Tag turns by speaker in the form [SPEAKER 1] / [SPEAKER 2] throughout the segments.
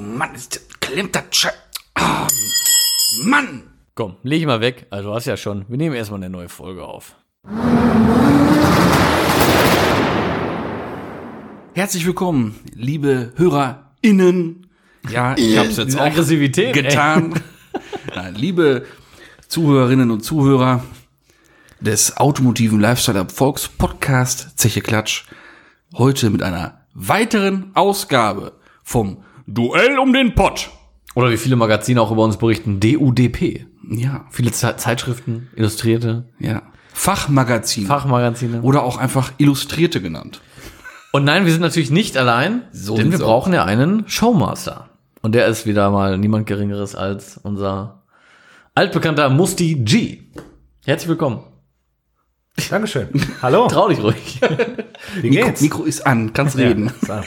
[SPEAKER 1] Mann, ist, klemmt das Sche Ah, Mann!
[SPEAKER 2] Komm, leg ich mal weg. Also du hast ja schon. Wir nehmen erstmal eine neue Folge auf.
[SPEAKER 1] Herzlich willkommen, liebe HörerInnen. Ja, ich hab's jetzt auch
[SPEAKER 2] Aggressivität.
[SPEAKER 1] getan. Nein, liebe Zuhörerinnen und Zuhörer des automotiven Lifestyle Erfolgs Podcast Zeche Klatsch. Heute mit einer weiteren Ausgabe vom Duell um den Pott.
[SPEAKER 2] Oder wie viele Magazine auch über uns berichten, DUDP.
[SPEAKER 1] Ja,
[SPEAKER 2] Viele Ze Zeitschriften, Illustrierte,
[SPEAKER 1] ja. Fachmagazin.
[SPEAKER 2] Fachmagazine.
[SPEAKER 1] oder auch einfach Illustrierte genannt.
[SPEAKER 2] Und nein, wir sind natürlich nicht allein,
[SPEAKER 1] So
[SPEAKER 2] denn wir
[SPEAKER 1] sieht's aus.
[SPEAKER 2] brauchen ja einen Showmaster. Und der ist wieder mal niemand Geringeres als unser altbekannter Musti G. Herzlich willkommen.
[SPEAKER 3] Dankeschön. Hallo.
[SPEAKER 2] Trau dich ruhig.
[SPEAKER 3] Wie
[SPEAKER 1] Mikro,
[SPEAKER 3] geht's?
[SPEAKER 1] Mikro ist an, kannst reden.
[SPEAKER 3] Ja,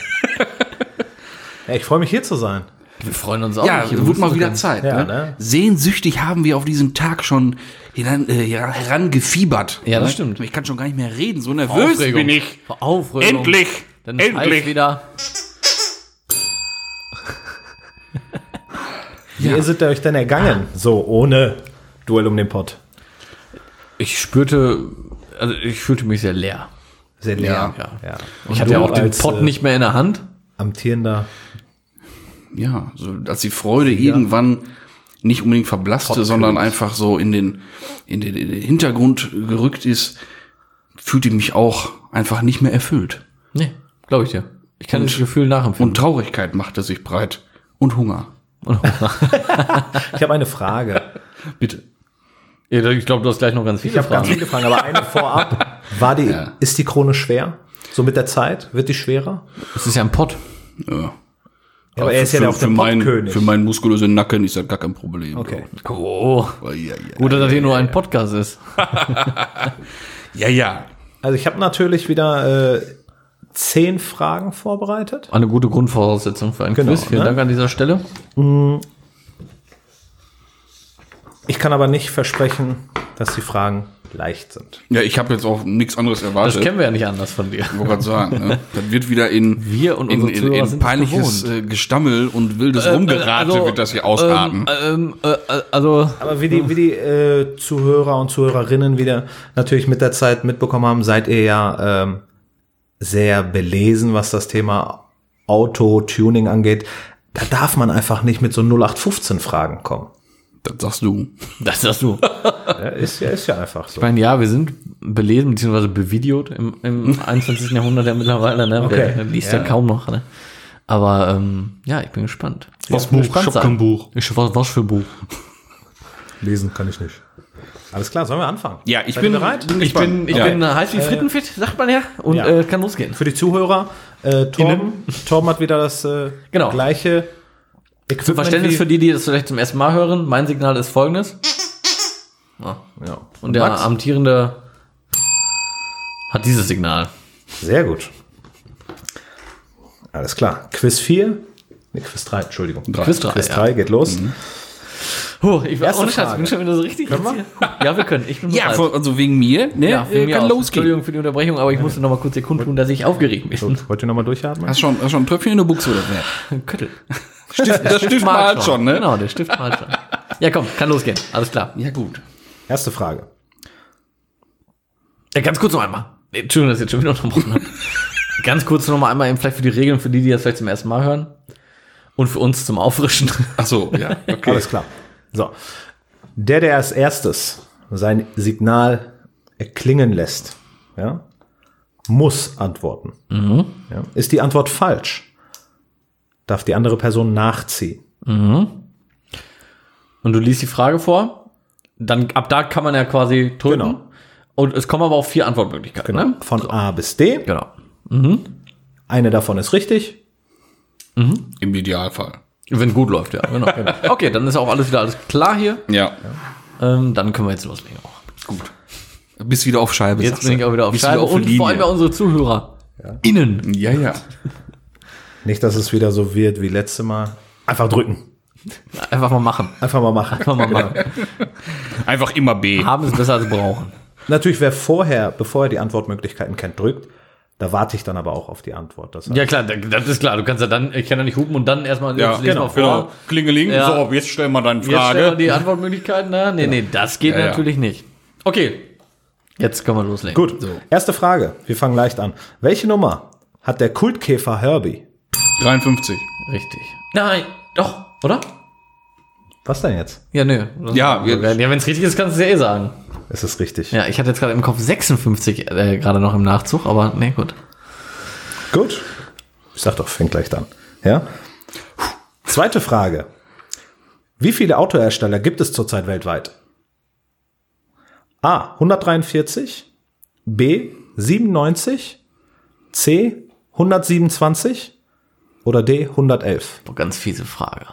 [SPEAKER 3] Ja, ich freue mich hier zu sein.
[SPEAKER 2] Wir freuen uns auch.
[SPEAKER 1] Ja,
[SPEAKER 2] dich hier
[SPEAKER 1] wird mal
[SPEAKER 2] begrüßen
[SPEAKER 1] wieder
[SPEAKER 2] zu
[SPEAKER 1] Zeit.
[SPEAKER 3] Ja,
[SPEAKER 1] ne?
[SPEAKER 3] ne?
[SPEAKER 1] Sehnsüchtig haben wir auf diesen Tag schon hinan, äh, ja, herangefiebert.
[SPEAKER 2] Ja, das
[SPEAKER 1] Ne?
[SPEAKER 2] stimmt.
[SPEAKER 1] Ich kann schon gar nicht mehr reden, so
[SPEAKER 2] können.
[SPEAKER 1] nervös
[SPEAKER 2] Aufregung.
[SPEAKER 1] bin ich.
[SPEAKER 2] Aufregung.
[SPEAKER 1] Endlich.
[SPEAKER 2] Dann Endlich.
[SPEAKER 1] Endlich.
[SPEAKER 2] wieder.
[SPEAKER 3] Wie ist es euch denn ergangen? So, ohne Duell um den Pott.
[SPEAKER 2] Ich spürte, also ich fühlte mich sehr leer.
[SPEAKER 3] Sehr leer.
[SPEAKER 2] Ja.
[SPEAKER 3] Ja.
[SPEAKER 2] Ich hatte ja auch den Pott
[SPEAKER 3] äh,
[SPEAKER 2] nicht mehr in der Hand.
[SPEAKER 3] Amtierender.
[SPEAKER 1] Ja, so, dass die Freude irgendwann nicht unbedingt verblasste, sondern einfach so in den, in, den, in den Hintergrund gerückt ist, fühlte ich mich auch einfach nicht mehr erfüllt.
[SPEAKER 2] Nee, glaube ich dir. Ich kann das Gefühl nachempfinden.
[SPEAKER 1] Und Traurigkeit machte sich breit. Und Hunger.
[SPEAKER 3] Ich habe eine Frage.
[SPEAKER 1] Bitte.
[SPEAKER 2] Ja, ich glaube, du hast gleich noch ganz viele
[SPEAKER 3] Ich habe ganz viele Fragen, aber eine vorab. War die, Ist die Krone schwer? So mit der Zeit? Wird die schwerer?
[SPEAKER 2] Es ist ja ein Pott.
[SPEAKER 1] Ja.
[SPEAKER 3] Ja, aber er ist ja auch der
[SPEAKER 1] meinen-
[SPEAKER 3] Pottkönig.
[SPEAKER 1] Für meinen muskulösen Nacken ist das gar kein Problem.
[SPEAKER 3] Okay.
[SPEAKER 2] Oh.
[SPEAKER 1] Ja, ja, ja.
[SPEAKER 2] Gut, dass das hier nur ein Podcast ist.
[SPEAKER 1] ja, ja.
[SPEAKER 3] Also ich habe natürlich wieder äh, zehn Fragen vorbereitet.
[SPEAKER 2] Eine gute Grundvoraussetzung für ein
[SPEAKER 3] Genau,
[SPEAKER 2] Quiz. Vielen
[SPEAKER 3] ne?
[SPEAKER 2] Dank an dieser Stelle.
[SPEAKER 3] Ich kann aber nicht versprechen, dass die Fragen leicht sind.
[SPEAKER 1] Ja, ich habe jetzt auch nichts anderes
[SPEAKER 2] Das
[SPEAKER 1] erwartet.
[SPEAKER 2] kennen wir ja nicht anders von dir.
[SPEAKER 1] Ich wollte gerade sagen, ne? das wird wieder in,
[SPEAKER 2] Wir und
[SPEAKER 1] in,
[SPEAKER 2] unsere
[SPEAKER 1] in,
[SPEAKER 2] Zuhörer
[SPEAKER 1] in
[SPEAKER 2] sind es
[SPEAKER 1] peinliches äh, Gestammel und wildes Rumgerate
[SPEAKER 2] also,
[SPEAKER 1] wird das hier ausarten.
[SPEAKER 2] Ähm, ähm, äh, also,
[SPEAKER 3] Aber wie die, wie die äh, Zuhörer und Zuhörerinnen wieder natürlich mit der Zeit mitbekommen haben, seid ihr ja ähm, sehr belesen, was das Thema Auto-Tuning angeht. Da darf man einfach nicht mit so 0815-Fragen kommen.
[SPEAKER 1] das sagst du.
[SPEAKER 2] das sagst du.
[SPEAKER 3] Ja, ist, ja, ist ja einfach so.
[SPEAKER 2] Ich meine, ja, wir sind belesen bzw. bevideot im, im 21. Jahrhundert ja mittlerweile. Ne?
[SPEAKER 3] Okay.
[SPEAKER 2] Wer liest ja.
[SPEAKER 3] Ja.
[SPEAKER 2] kaum noch. Ne? Aber ähm, ja, ich bin gespannt.
[SPEAKER 1] Was
[SPEAKER 2] Ich bin
[SPEAKER 1] Buch?
[SPEAKER 2] gespannt
[SPEAKER 1] Ich hab kein
[SPEAKER 2] sein.
[SPEAKER 1] Buch.
[SPEAKER 2] Ich, was, was für Buch?
[SPEAKER 3] Lesen kann ich nicht. Alles klar, sollen wir anfangen?
[SPEAKER 1] Ja, ich
[SPEAKER 3] Seid
[SPEAKER 1] bin
[SPEAKER 3] ihr bereit.
[SPEAKER 2] Ich bin, ich
[SPEAKER 1] ja.
[SPEAKER 2] bin äh, heiß wie Frittenfit, sagt man ja. Und
[SPEAKER 3] ja.
[SPEAKER 2] äh, kann losgehen.
[SPEAKER 3] Für die Zuhörer, äh, Torben, Torben hat wieder das äh,
[SPEAKER 2] Genau.
[SPEAKER 3] gleiche Equipment
[SPEAKER 2] Zum Verständnis
[SPEAKER 3] wie-
[SPEAKER 2] für die, die das vielleicht zum ersten Mal hören, mein Signal ist folgendes.
[SPEAKER 3] Ja.
[SPEAKER 2] Und der
[SPEAKER 3] Max?
[SPEAKER 2] amtierende hat dieses Signal.
[SPEAKER 3] Sehr gut. Alles klar. Quiz 4. Ne, Quiz 3, Entschuldigung.
[SPEAKER 1] Drei.
[SPEAKER 2] Quiz 3.
[SPEAKER 3] Quiz 3 geht los.
[SPEAKER 2] Huh, ich war
[SPEAKER 3] Erste
[SPEAKER 2] ohne Scheiß, ich
[SPEAKER 3] Frage.
[SPEAKER 2] bin schon wieder so richtig.
[SPEAKER 3] Können
[SPEAKER 2] jetzt hier. Ja, wir können. Ich bin
[SPEAKER 1] Ja,
[SPEAKER 2] bereit.
[SPEAKER 1] von, also wegen mir, ne?
[SPEAKER 2] Ja,
[SPEAKER 1] Äh,
[SPEAKER 2] von mir
[SPEAKER 1] kann
[SPEAKER 2] aus.
[SPEAKER 1] losgehen.
[SPEAKER 2] Entschuldigung für die Unterbrechung, aber ich musste noch mal kurz hier kundtun, dass ich aufgeregt bin.
[SPEAKER 3] Gut, wollt ihr nochmal durchatmen?
[SPEAKER 1] Hast schon, hast schon ein Tröpfchen in der Buchse oder wer?
[SPEAKER 2] Köttel.
[SPEAKER 1] Stift, das Stift malt schon, ne?
[SPEAKER 2] Genau, der Stift malt schon. Ja, komm, kann losgehen. Alles klar.
[SPEAKER 1] Ja, gut.
[SPEAKER 3] Erste Frage.
[SPEAKER 2] Ja, ganz kurz noch einmal. Nee, Entschuldigung, dass ich jetzt schon wieder unterbrochen habe. ganz kurz noch mal einmal eben vielleicht für die Regeln, für die, die das vielleicht zum ersten Mal hören. Und für uns zum Auffrischen.
[SPEAKER 1] Ach so, ja, okay.
[SPEAKER 3] Alles klar. So. Der, der als erstes sein Signal erklingen lässt, ja, muss antworten. Ja. Ist die Antwort falsch, darf die andere Person nachziehen.
[SPEAKER 2] Und du liest die Frage vor. Dann ab da kann man ja quasi drücken.
[SPEAKER 3] Genau.
[SPEAKER 2] Und es kommen aber auch vier Antwortmöglichkeiten. Genau. Ne?
[SPEAKER 3] Von A bis D.
[SPEAKER 2] Genau.
[SPEAKER 3] Eine davon ist richtig.
[SPEAKER 1] Im Idealfall.
[SPEAKER 2] Wenn gut läuft, ja. Genau. okay, dann ist auch alles wieder alles klar hier.
[SPEAKER 1] Ja,
[SPEAKER 2] Ähm, dann können wir jetzt loslegen. Auch.
[SPEAKER 1] gut. Bist wieder auf Scheibe.
[SPEAKER 2] Jetzt
[SPEAKER 1] sagst du.
[SPEAKER 2] bin ich auch wieder auf
[SPEAKER 1] Bist
[SPEAKER 2] Scheibe
[SPEAKER 1] auf der
[SPEAKER 2] und vor allem
[SPEAKER 1] Linie.
[SPEAKER 2] ja unsere Zuhörer. Innen.
[SPEAKER 1] Ja, ja.
[SPEAKER 3] Nicht, dass es wieder so wird wie letzte Mal. Einfach drücken.
[SPEAKER 2] Einfach mal machen.
[SPEAKER 3] Einfach mal machen.
[SPEAKER 2] Einfach mal machen.
[SPEAKER 1] Einfach immer B.
[SPEAKER 2] Haben ist besser als brauchen.
[SPEAKER 3] Natürlich, wer vorher, bevor er die Antwortmöglichkeiten kennt, drückt, Da warte ich dann aber auch auf die Antwort. Das heißt,
[SPEAKER 2] Ja klar, da- das ist klar. Du kannst ja dann, ich kann ja nicht hupen und dann erstmal
[SPEAKER 1] Ja,
[SPEAKER 2] jetzt lest
[SPEAKER 1] genau,
[SPEAKER 2] mal vor.
[SPEAKER 1] genau. Klingeling,
[SPEAKER 2] Ja.
[SPEAKER 1] so, jetzt stell mal deine
[SPEAKER 2] Jetzt stellen wir
[SPEAKER 1] Frage.
[SPEAKER 2] die Antwortmöglichkeiten da. Nee, nee, das geht
[SPEAKER 1] Ja, ja.
[SPEAKER 2] natürlich nicht. Okay. Jetzt können wir loslegen.
[SPEAKER 3] Gut, erste Frage. Wir fangen leicht an. Welche Nummer hat der Kultkäfer Herbie?
[SPEAKER 1] 53.
[SPEAKER 2] Richtig. Nein, doch, oder?
[SPEAKER 3] Was denn jetzt?
[SPEAKER 2] Ja, nö.
[SPEAKER 1] Ja,
[SPEAKER 2] ja
[SPEAKER 1] wir-
[SPEAKER 2] wenn es richtig ist, kannst du es ja eh sagen.
[SPEAKER 3] Es ist richtig.
[SPEAKER 2] Ja, ich hatte jetzt gerade im Kopf 56 äh, gerade noch im Nachzug, aber nee, gut.
[SPEAKER 3] Gut. Ich sag doch, fängt gleich an. Ja? Zweite Frage. Wie viele Autohersteller gibt es zurzeit weltweit? A. 143. B. 97. C. 127. Oder D. 111.
[SPEAKER 2] Boah, ganz fiese Frage.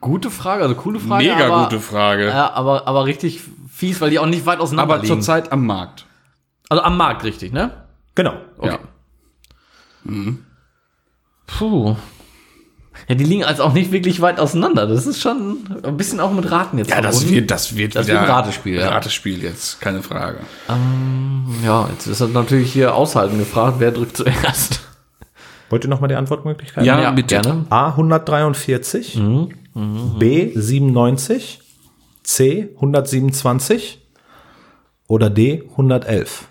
[SPEAKER 2] Gute Frage, also coole Frage.
[SPEAKER 1] Mega
[SPEAKER 2] aber,
[SPEAKER 1] gute Frage.
[SPEAKER 2] Ja, aber, aber richtig fies, weil die auch nicht weit auseinander
[SPEAKER 1] aber
[SPEAKER 2] liegen.
[SPEAKER 1] zurzeit am Markt.
[SPEAKER 2] Also am Markt, richtig, ne?
[SPEAKER 3] Genau.
[SPEAKER 1] Ja.
[SPEAKER 2] Puh. Ja, die liegen also auch nicht wirklich weit auseinander. Das ist schon ein bisschen auch mit Raten jetzt.
[SPEAKER 1] Ja, das
[SPEAKER 2] verbunden.
[SPEAKER 1] wird, das wird
[SPEAKER 2] Das
[SPEAKER 1] wieder
[SPEAKER 2] wird ein Ratespiel, ja.
[SPEAKER 1] Ratespiel jetzt, keine Frage.
[SPEAKER 2] Ja, jetzt ist natürlich hier aushalten gefragt, wer drückt zuerst.
[SPEAKER 3] Wollt ihr nochmal die Antwortmöglichkeit?
[SPEAKER 1] Ja, bitte.
[SPEAKER 2] gerne.
[SPEAKER 3] A 143, B 97, C 127 oder D 111.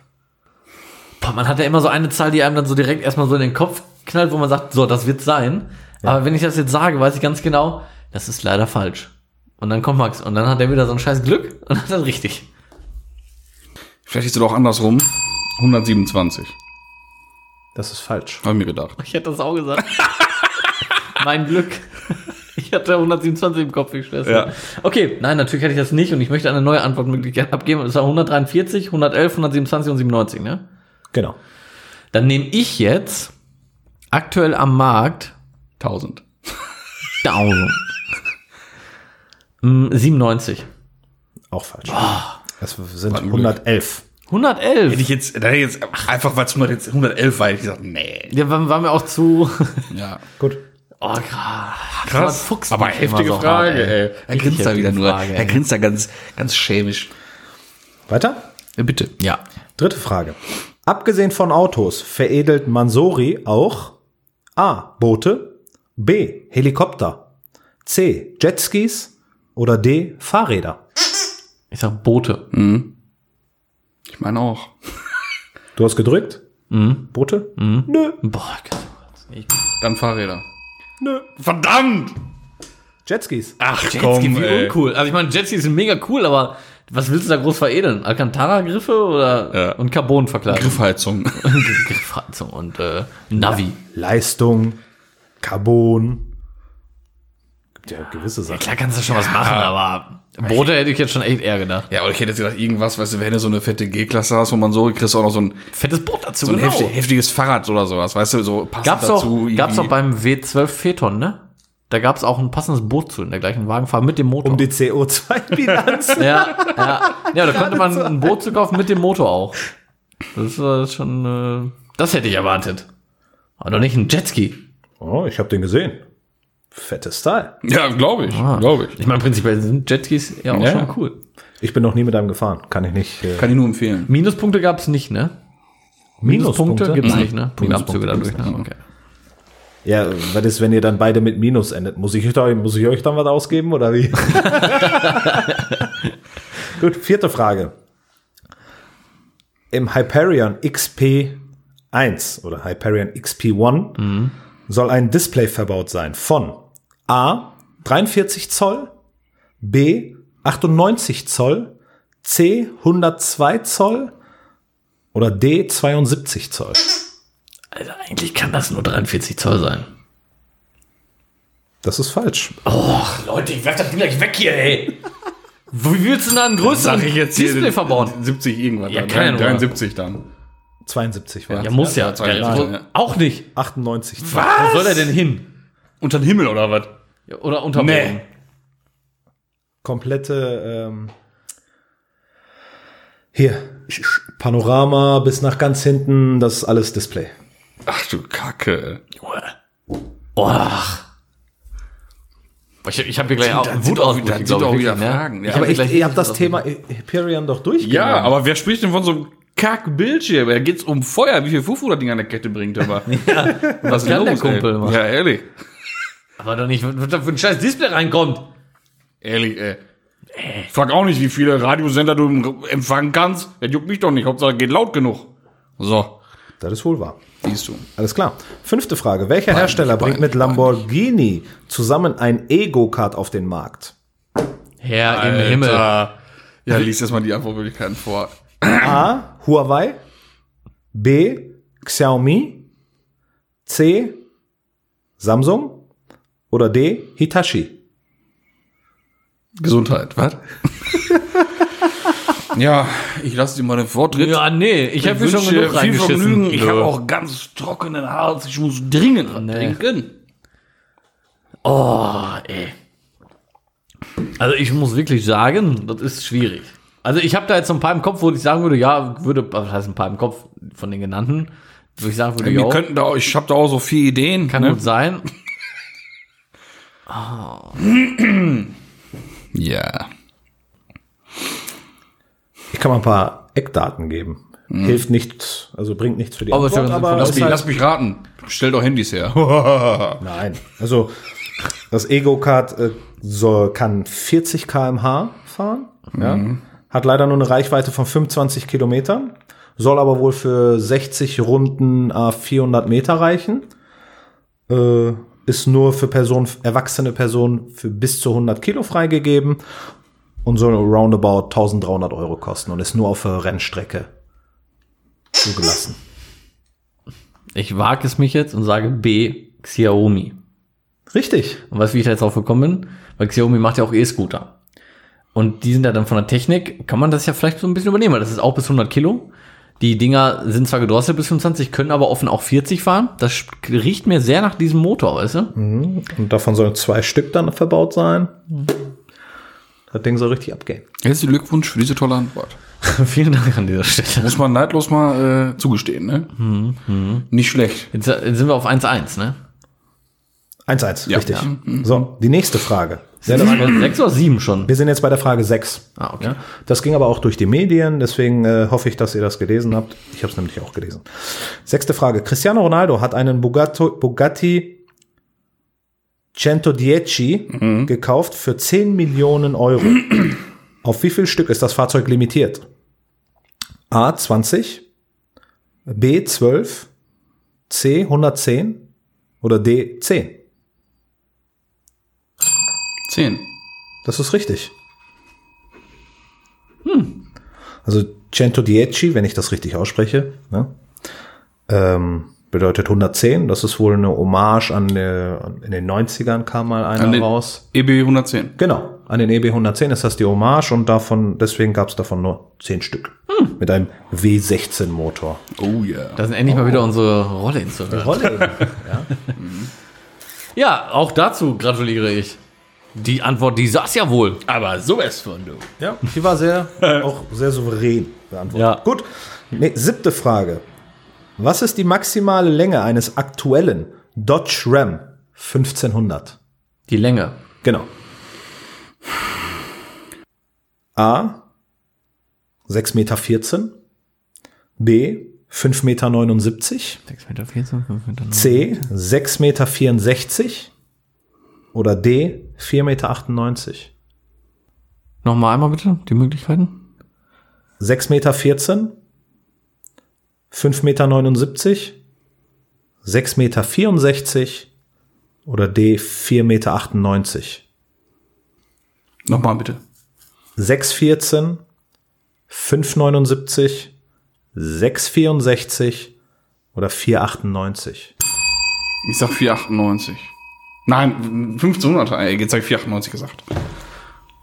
[SPEAKER 2] Boah, man hat ja immer so eine Zahl, die einem dann so direkt erstmal so in den Kopf knallt, wo man sagt, so, das wird sein. Aber wenn ich das jetzt sage, weiß ich ganz genau, das ist leider falsch. Und dann kommt Max und dann hat er wieder so ein scheiß Glück und hat dann richtig.
[SPEAKER 1] Vielleicht ist es doch andersrum. 127.
[SPEAKER 3] Das ist falsch.
[SPEAKER 1] Hab ich mir gedacht.
[SPEAKER 2] Ich hätte das auch gesagt. mein Glück. Ich hatte 127 im Kopf, ich schwör's.
[SPEAKER 1] Ja.
[SPEAKER 2] dir. Okay, nein, natürlich hätte ich das nicht und ich möchte eine neue Antwortmöglichkeit abgeben. Das war 143, 111, 127 und 97, ne?
[SPEAKER 3] Genau.
[SPEAKER 2] Dann nehme ich jetzt aktuell am Markt
[SPEAKER 1] 1000.
[SPEAKER 2] 1000. Mm, 97.
[SPEAKER 3] Auch falsch. Das sind
[SPEAKER 1] ein Glück.
[SPEAKER 3] 111.
[SPEAKER 2] 111.
[SPEAKER 1] jetzt, da hätte ich jetzt einfach, weil es 100 jetzt 111 war, hätte ich gesagt, nee.
[SPEAKER 2] Ja, waren, waren wir auch zu.
[SPEAKER 1] Ja.
[SPEAKER 3] Gut.
[SPEAKER 2] Oh, krass.
[SPEAKER 1] Krass, aber heftige Frage, ey. Er
[SPEAKER 2] Richtig
[SPEAKER 1] grinst da wieder
[SPEAKER 2] heftige
[SPEAKER 1] nur,
[SPEAKER 2] Frage,
[SPEAKER 1] er
[SPEAKER 2] ey.
[SPEAKER 1] grinst da ganz, ganz schämisch.
[SPEAKER 3] Weiter?
[SPEAKER 1] Ja, bitte.
[SPEAKER 2] Ja.
[SPEAKER 3] Dritte Frage. Abgesehen von Autos veredelt Mansori auch A. Boote, B. Helikopter, C. Jetskis oder D. Fahrräder.
[SPEAKER 2] Ich sag Boote.
[SPEAKER 1] Hm. Ich meine auch.
[SPEAKER 3] Du hast gedrückt? Boote? Nö,
[SPEAKER 2] Boah, ich
[SPEAKER 1] Dann Fahrräder.
[SPEAKER 3] nö.
[SPEAKER 1] Verdammt!
[SPEAKER 3] Jetskis.
[SPEAKER 1] Ach,
[SPEAKER 2] Jetski, wie uncool. Also ich meine, Jetski sind mega cool, aber was willst du da groß veredeln? Alcantara-Griffe oder
[SPEAKER 1] Ja.
[SPEAKER 2] und Carbon-Verkleidung?
[SPEAKER 1] Griffheizung.
[SPEAKER 2] Griffheizung und äh, Navi.
[SPEAKER 3] Leistung, Carbon. Gibt ja gewisse Sachen.
[SPEAKER 2] Klar kannst du schon was machen, aber Boote hätte ich jetzt schon echt eher gedacht.
[SPEAKER 1] ja, oder ich hätte jetzt gedacht, irgendwas, weißt du, wenn du so eine fette G-Klasse hast, wo man so, kriegst du auch noch so ein,
[SPEAKER 2] Fettes Boot dazu,
[SPEAKER 1] so ein heftig, heftiges Fahrrad oder sowas, weißt du, so passend
[SPEAKER 2] Gab's auch,
[SPEAKER 1] irgendwie.
[SPEAKER 2] gab's auch beim W12 Phaeton, ne? Da gab's auch ein passendes Boot zu in der gleichen Wagenfarbe mit dem Motor.
[SPEAKER 3] Um die CO2-Bilanz.
[SPEAKER 2] ja, ja, ja, da konnte man ein Boot zu kaufen mit dem Motor auch. Das war schon, äh, das hätte ich erwartet. Aber doch nicht ein Jetski.
[SPEAKER 3] oh, ich habe den gesehen. Fettes Style.
[SPEAKER 1] Ja, glaube ich, glaube ich.
[SPEAKER 2] Ah. Ich meine, prinzipiell sind Jetskis ja auch
[SPEAKER 1] Ja.
[SPEAKER 2] schon cool.
[SPEAKER 3] Ich bin noch nie mit einem gefahren. Kann ich nicht. Äh,
[SPEAKER 1] Kann ich nur empfehlen.
[SPEAKER 2] Minuspunkte gab es nicht, ne?
[SPEAKER 3] Minuspunkte?
[SPEAKER 2] gibt's
[SPEAKER 3] Nein.
[SPEAKER 2] nicht, ne? Punktabzüge dadurch. Ne? Okay.
[SPEAKER 3] ja, was ist, wenn ihr dann beide mit Minus endet? Muss ich, euch da, muss ich euch dann was ausgeben oder wie? Gut, vierte Frage. Im Hyperion XP1 oder Hyperion XP1 soll ein Display verbaut sein von A 43 Zoll, B 98 Zoll, C 102 Zoll oder D 72 Zoll.
[SPEAKER 2] Also eigentlich kann das nur 43 Zoll sein.
[SPEAKER 3] Das ist falsch.
[SPEAKER 2] Leute, ich werf das Ding gleich weg hier, ey. Wie willst du denn da einen größeren Display verbauen?
[SPEAKER 1] 70 irgendwas,
[SPEAKER 2] Ja,
[SPEAKER 1] dann,
[SPEAKER 2] keine Ahnung.
[SPEAKER 1] 73 dann.
[SPEAKER 3] 72 war.
[SPEAKER 2] Ja, muss ja.
[SPEAKER 1] zwei-
[SPEAKER 2] ja,
[SPEAKER 1] zwei- ja.
[SPEAKER 2] Auch nicht.
[SPEAKER 3] 98.
[SPEAKER 2] Was? Wo soll er denn hin?
[SPEAKER 1] Unter den Himmel oder was?
[SPEAKER 2] Ja, Oder unterboden?
[SPEAKER 1] Nee.
[SPEAKER 3] Komplette ähm, hier Panorama bis nach ganz hinten, das ist alles Display.
[SPEAKER 1] Ach du Kacke.
[SPEAKER 2] Boah. Ich, ich habe hier gleich auch
[SPEAKER 1] dann sind auch-
[SPEAKER 2] Wutausbrüche,
[SPEAKER 1] dann sind
[SPEAKER 2] glaub ich,
[SPEAKER 1] auch
[SPEAKER 2] wirklich,
[SPEAKER 1] wieder
[SPEAKER 2] ne?
[SPEAKER 1] Fragen, ja.
[SPEAKER 2] Ich hab
[SPEAKER 3] Aber
[SPEAKER 2] hier
[SPEAKER 3] ich,
[SPEAKER 2] gleich
[SPEAKER 3] ihr habt das
[SPEAKER 2] Wutausbrüche.
[SPEAKER 1] Genau.
[SPEAKER 3] Thema Hyperion doch durch.
[SPEAKER 1] Ja, aber wer spricht denn von so einem Kackbildschirm. Da geht's um Feuer, wie viel Fufu das Ding an der Kette bringt, aber. was ist
[SPEAKER 2] kann der
[SPEAKER 1] los, ey?
[SPEAKER 2] Kumpel machen?
[SPEAKER 1] Ja, ehrlich.
[SPEAKER 2] Aber doch nicht, was da für ein scheiß Display reinkommt.
[SPEAKER 1] Ehrlich, ey. Frag auch nicht, wie viele Radiosender du im- empfangen kannst. Das juckt mich doch nicht. Hauptsache, geht laut genug. So,
[SPEAKER 3] Das ist wohl wahr.
[SPEAKER 1] siehst du.
[SPEAKER 3] Alles klar. Fünfte Frage. Welcher Hersteller bringt mit Lamborghini zusammen ein E-Go-Kart auf den Markt?
[SPEAKER 2] Herr im
[SPEAKER 1] Alter.
[SPEAKER 2] Himmel.
[SPEAKER 1] Ja, lies erstmal die Antwortmöglichkeiten vor.
[SPEAKER 3] A. Huawei. B. Xiaomi. C. Samsung. Oder D. Hitachi.
[SPEAKER 1] Gesundheit, was? ja, ich lasse dir mal den Vortritt.
[SPEAKER 2] Ja, nee, ich habe schon
[SPEAKER 1] wünsche
[SPEAKER 2] genug
[SPEAKER 1] viel Vergnügen.
[SPEAKER 2] reingeschissen.
[SPEAKER 1] Ich
[SPEAKER 2] Nö.
[SPEAKER 1] habe auch ganz trockenen Hals. Ich muss dringend was
[SPEAKER 2] Nee.
[SPEAKER 1] trinken.
[SPEAKER 2] Oh, ey. Also ich muss wirklich sagen, das ist schwierig. Also ich habe da jetzt so ein paar im Kopf, wo ich sagen würde, ja, würde, was heißt ein paar im Kopf von den genannten, wo ich sagen würde,
[SPEAKER 1] Wir
[SPEAKER 2] ja,
[SPEAKER 1] könnten da, auch- ich habe da auch so viele Ideen.
[SPEAKER 2] kann gut sein.
[SPEAKER 1] Ja.
[SPEAKER 3] Ich kann mal ein paar Eckdaten geben. Hilft nichts, also bringt nichts für die
[SPEAKER 2] Aber
[SPEAKER 3] Antwort,
[SPEAKER 2] schon-
[SPEAKER 3] aber
[SPEAKER 2] lass
[SPEAKER 1] Lass
[SPEAKER 3] ist
[SPEAKER 1] mich,
[SPEAKER 3] halt-
[SPEAKER 1] lass mich raten. Stell doch Handys her.
[SPEAKER 3] Nein, also das Ego-Kart äh, soll- kann 40 km/h fahren, ja? hat leider nur eine Reichweite von 25 Kilometern, soll aber wohl für 60 Runden äh, 400 Meter reichen, äh, ist nur für Personen, erwachsene Personen für bis zu 100 Kilo freigegeben und soll roundabout 1300 Euro kosten und ist nur auf der Rennstrecke zugelassen.
[SPEAKER 2] Ich wage es mich jetzt und sage B, Xiaomi.
[SPEAKER 3] Richtig.
[SPEAKER 2] Und weißt du, wie ich da jetzt drauf gekommen bin? Weil Xiaomi macht ja auch E-Scooter. Und die sind ja dann von der Technik, kann man das ja vielleicht so ein bisschen übernehmen, weil das ist auch bis 100 Kilo. Die Dinger sind zwar gedrosselt bis 25, können aber offen auch 40 fahren. Das sp- riecht mir sehr nach diesem Motor, weißt du?
[SPEAKER 3] Und davon sollen zwei Stück dann verbaut sein. Das Ding soll richtig abgehen.
[SPEAKER 1] Herzlichen Glückwunsch für diese tolle Antwort.
[SPEAKER 3] Mhm.
[SPEAKER 2] Vielen Dank an dieser Stelle.
[SPEAKER 1] Muss man neidlos mal äh, zugestehen, ne? Nicht schlecht.
[SPEAKER 2] Jetzt äh, sind wir auf 1-1, ne?
[SPEAKER 3] 1-1,
[SPEAKER 1] Ja.
[SPEAKER 3] richtig.
[SPEAKER 1] Ja.
[SPEAKER 3] So, die nächste Frage. Ja, das-
[SPEAKER 2] Sind 6 oder 7 schon?
[SPEAKER 3] Wir sind jetzt bei der Frage 6.
[SPEAKER 2] Ah, okay.
[SPEAKER 3] Ja, das ging aber auch durch die Medien, deswegen äh, hoffe ich, dass ihr das gelesen habt. Ich habe es nämlich auch gelesen. Sechste Frage. Cristiano Ronaldo hat einen Bugatto, Bugatti 110 gekauft für 10 Millionen Euro. Auf wie viel Stück ist das Fahrzeug limitiert? A 20, B 12, C 110 oder D 10?
[SPEAKER 1] Zehn.
[SPEAKER 3] Das ist richtig.
[SPEAKER 1] Hm.
[SPEAKER 3] Also Cento Dieci, wenn ich das richtig ausspreche, ne? ähm, bedeutet 110. Das ist wohl eine Hommage an, äh, in den 90ern kam mal einer
[SPEAKER 1] An den-
[SPEAKER 3] raus.
[SPEAKER 1] EB 110.
[SPEAKER 3] Genau, an den EB 110 ist das die Hommage und davon, deswegen gab es davon nur 10 Stück.
[SPEAKER 1] Hm.
[SPEAKER 3] Mit einem W16 Motor.
[SPEAKER 1] Oh ja.
[SPEAKER 2] Da sind endlich mal wieder unsere Rolle inzuhören.
[SPEAKER 3] Rolle.
[SPEAKER 2] Ja, auch dazu gratuliere ich. Die Antwort, die saß ja wohl.
[SPEAKER 1] Aber sowas von du.
[SPEAKER 3] Ja, die war sehr, auch sehr souverän beantwortet.
[SPEAKER 2] Ja.
[SPEAKER 3] Gut. Nee, siebte Frage. Was ist die maximale Länge eines aktuellen Dodge Ram 1500?
[SPEAKER 2] Die Länge.
[SPEAKER 3] Genau. A. 6,14 Meter. B. 5,79 Meter.
[SPEAKER 2] 6,14 Meter, 5 Meter.
[SPEAKER 3] C. 6,64 Meter. Oder D. 4,98 Meter.
[SPEAKER 2] Nochmal einmal bitte, die Möglichkeiten.
[SPEAKER 3] 6,14 Meter, 5,79 Meter, 6,64 Meter oder D 4,98 Meter. 6,14,
[SPEAKER 1] Nochmal bitte.
[SPEAKER 3] 5,79, 6,64 oder 4,98.
[SPEAKER 1] Ich sag 498. Nein, 1500. Ey, Jetzt hab ich 498 gesagt.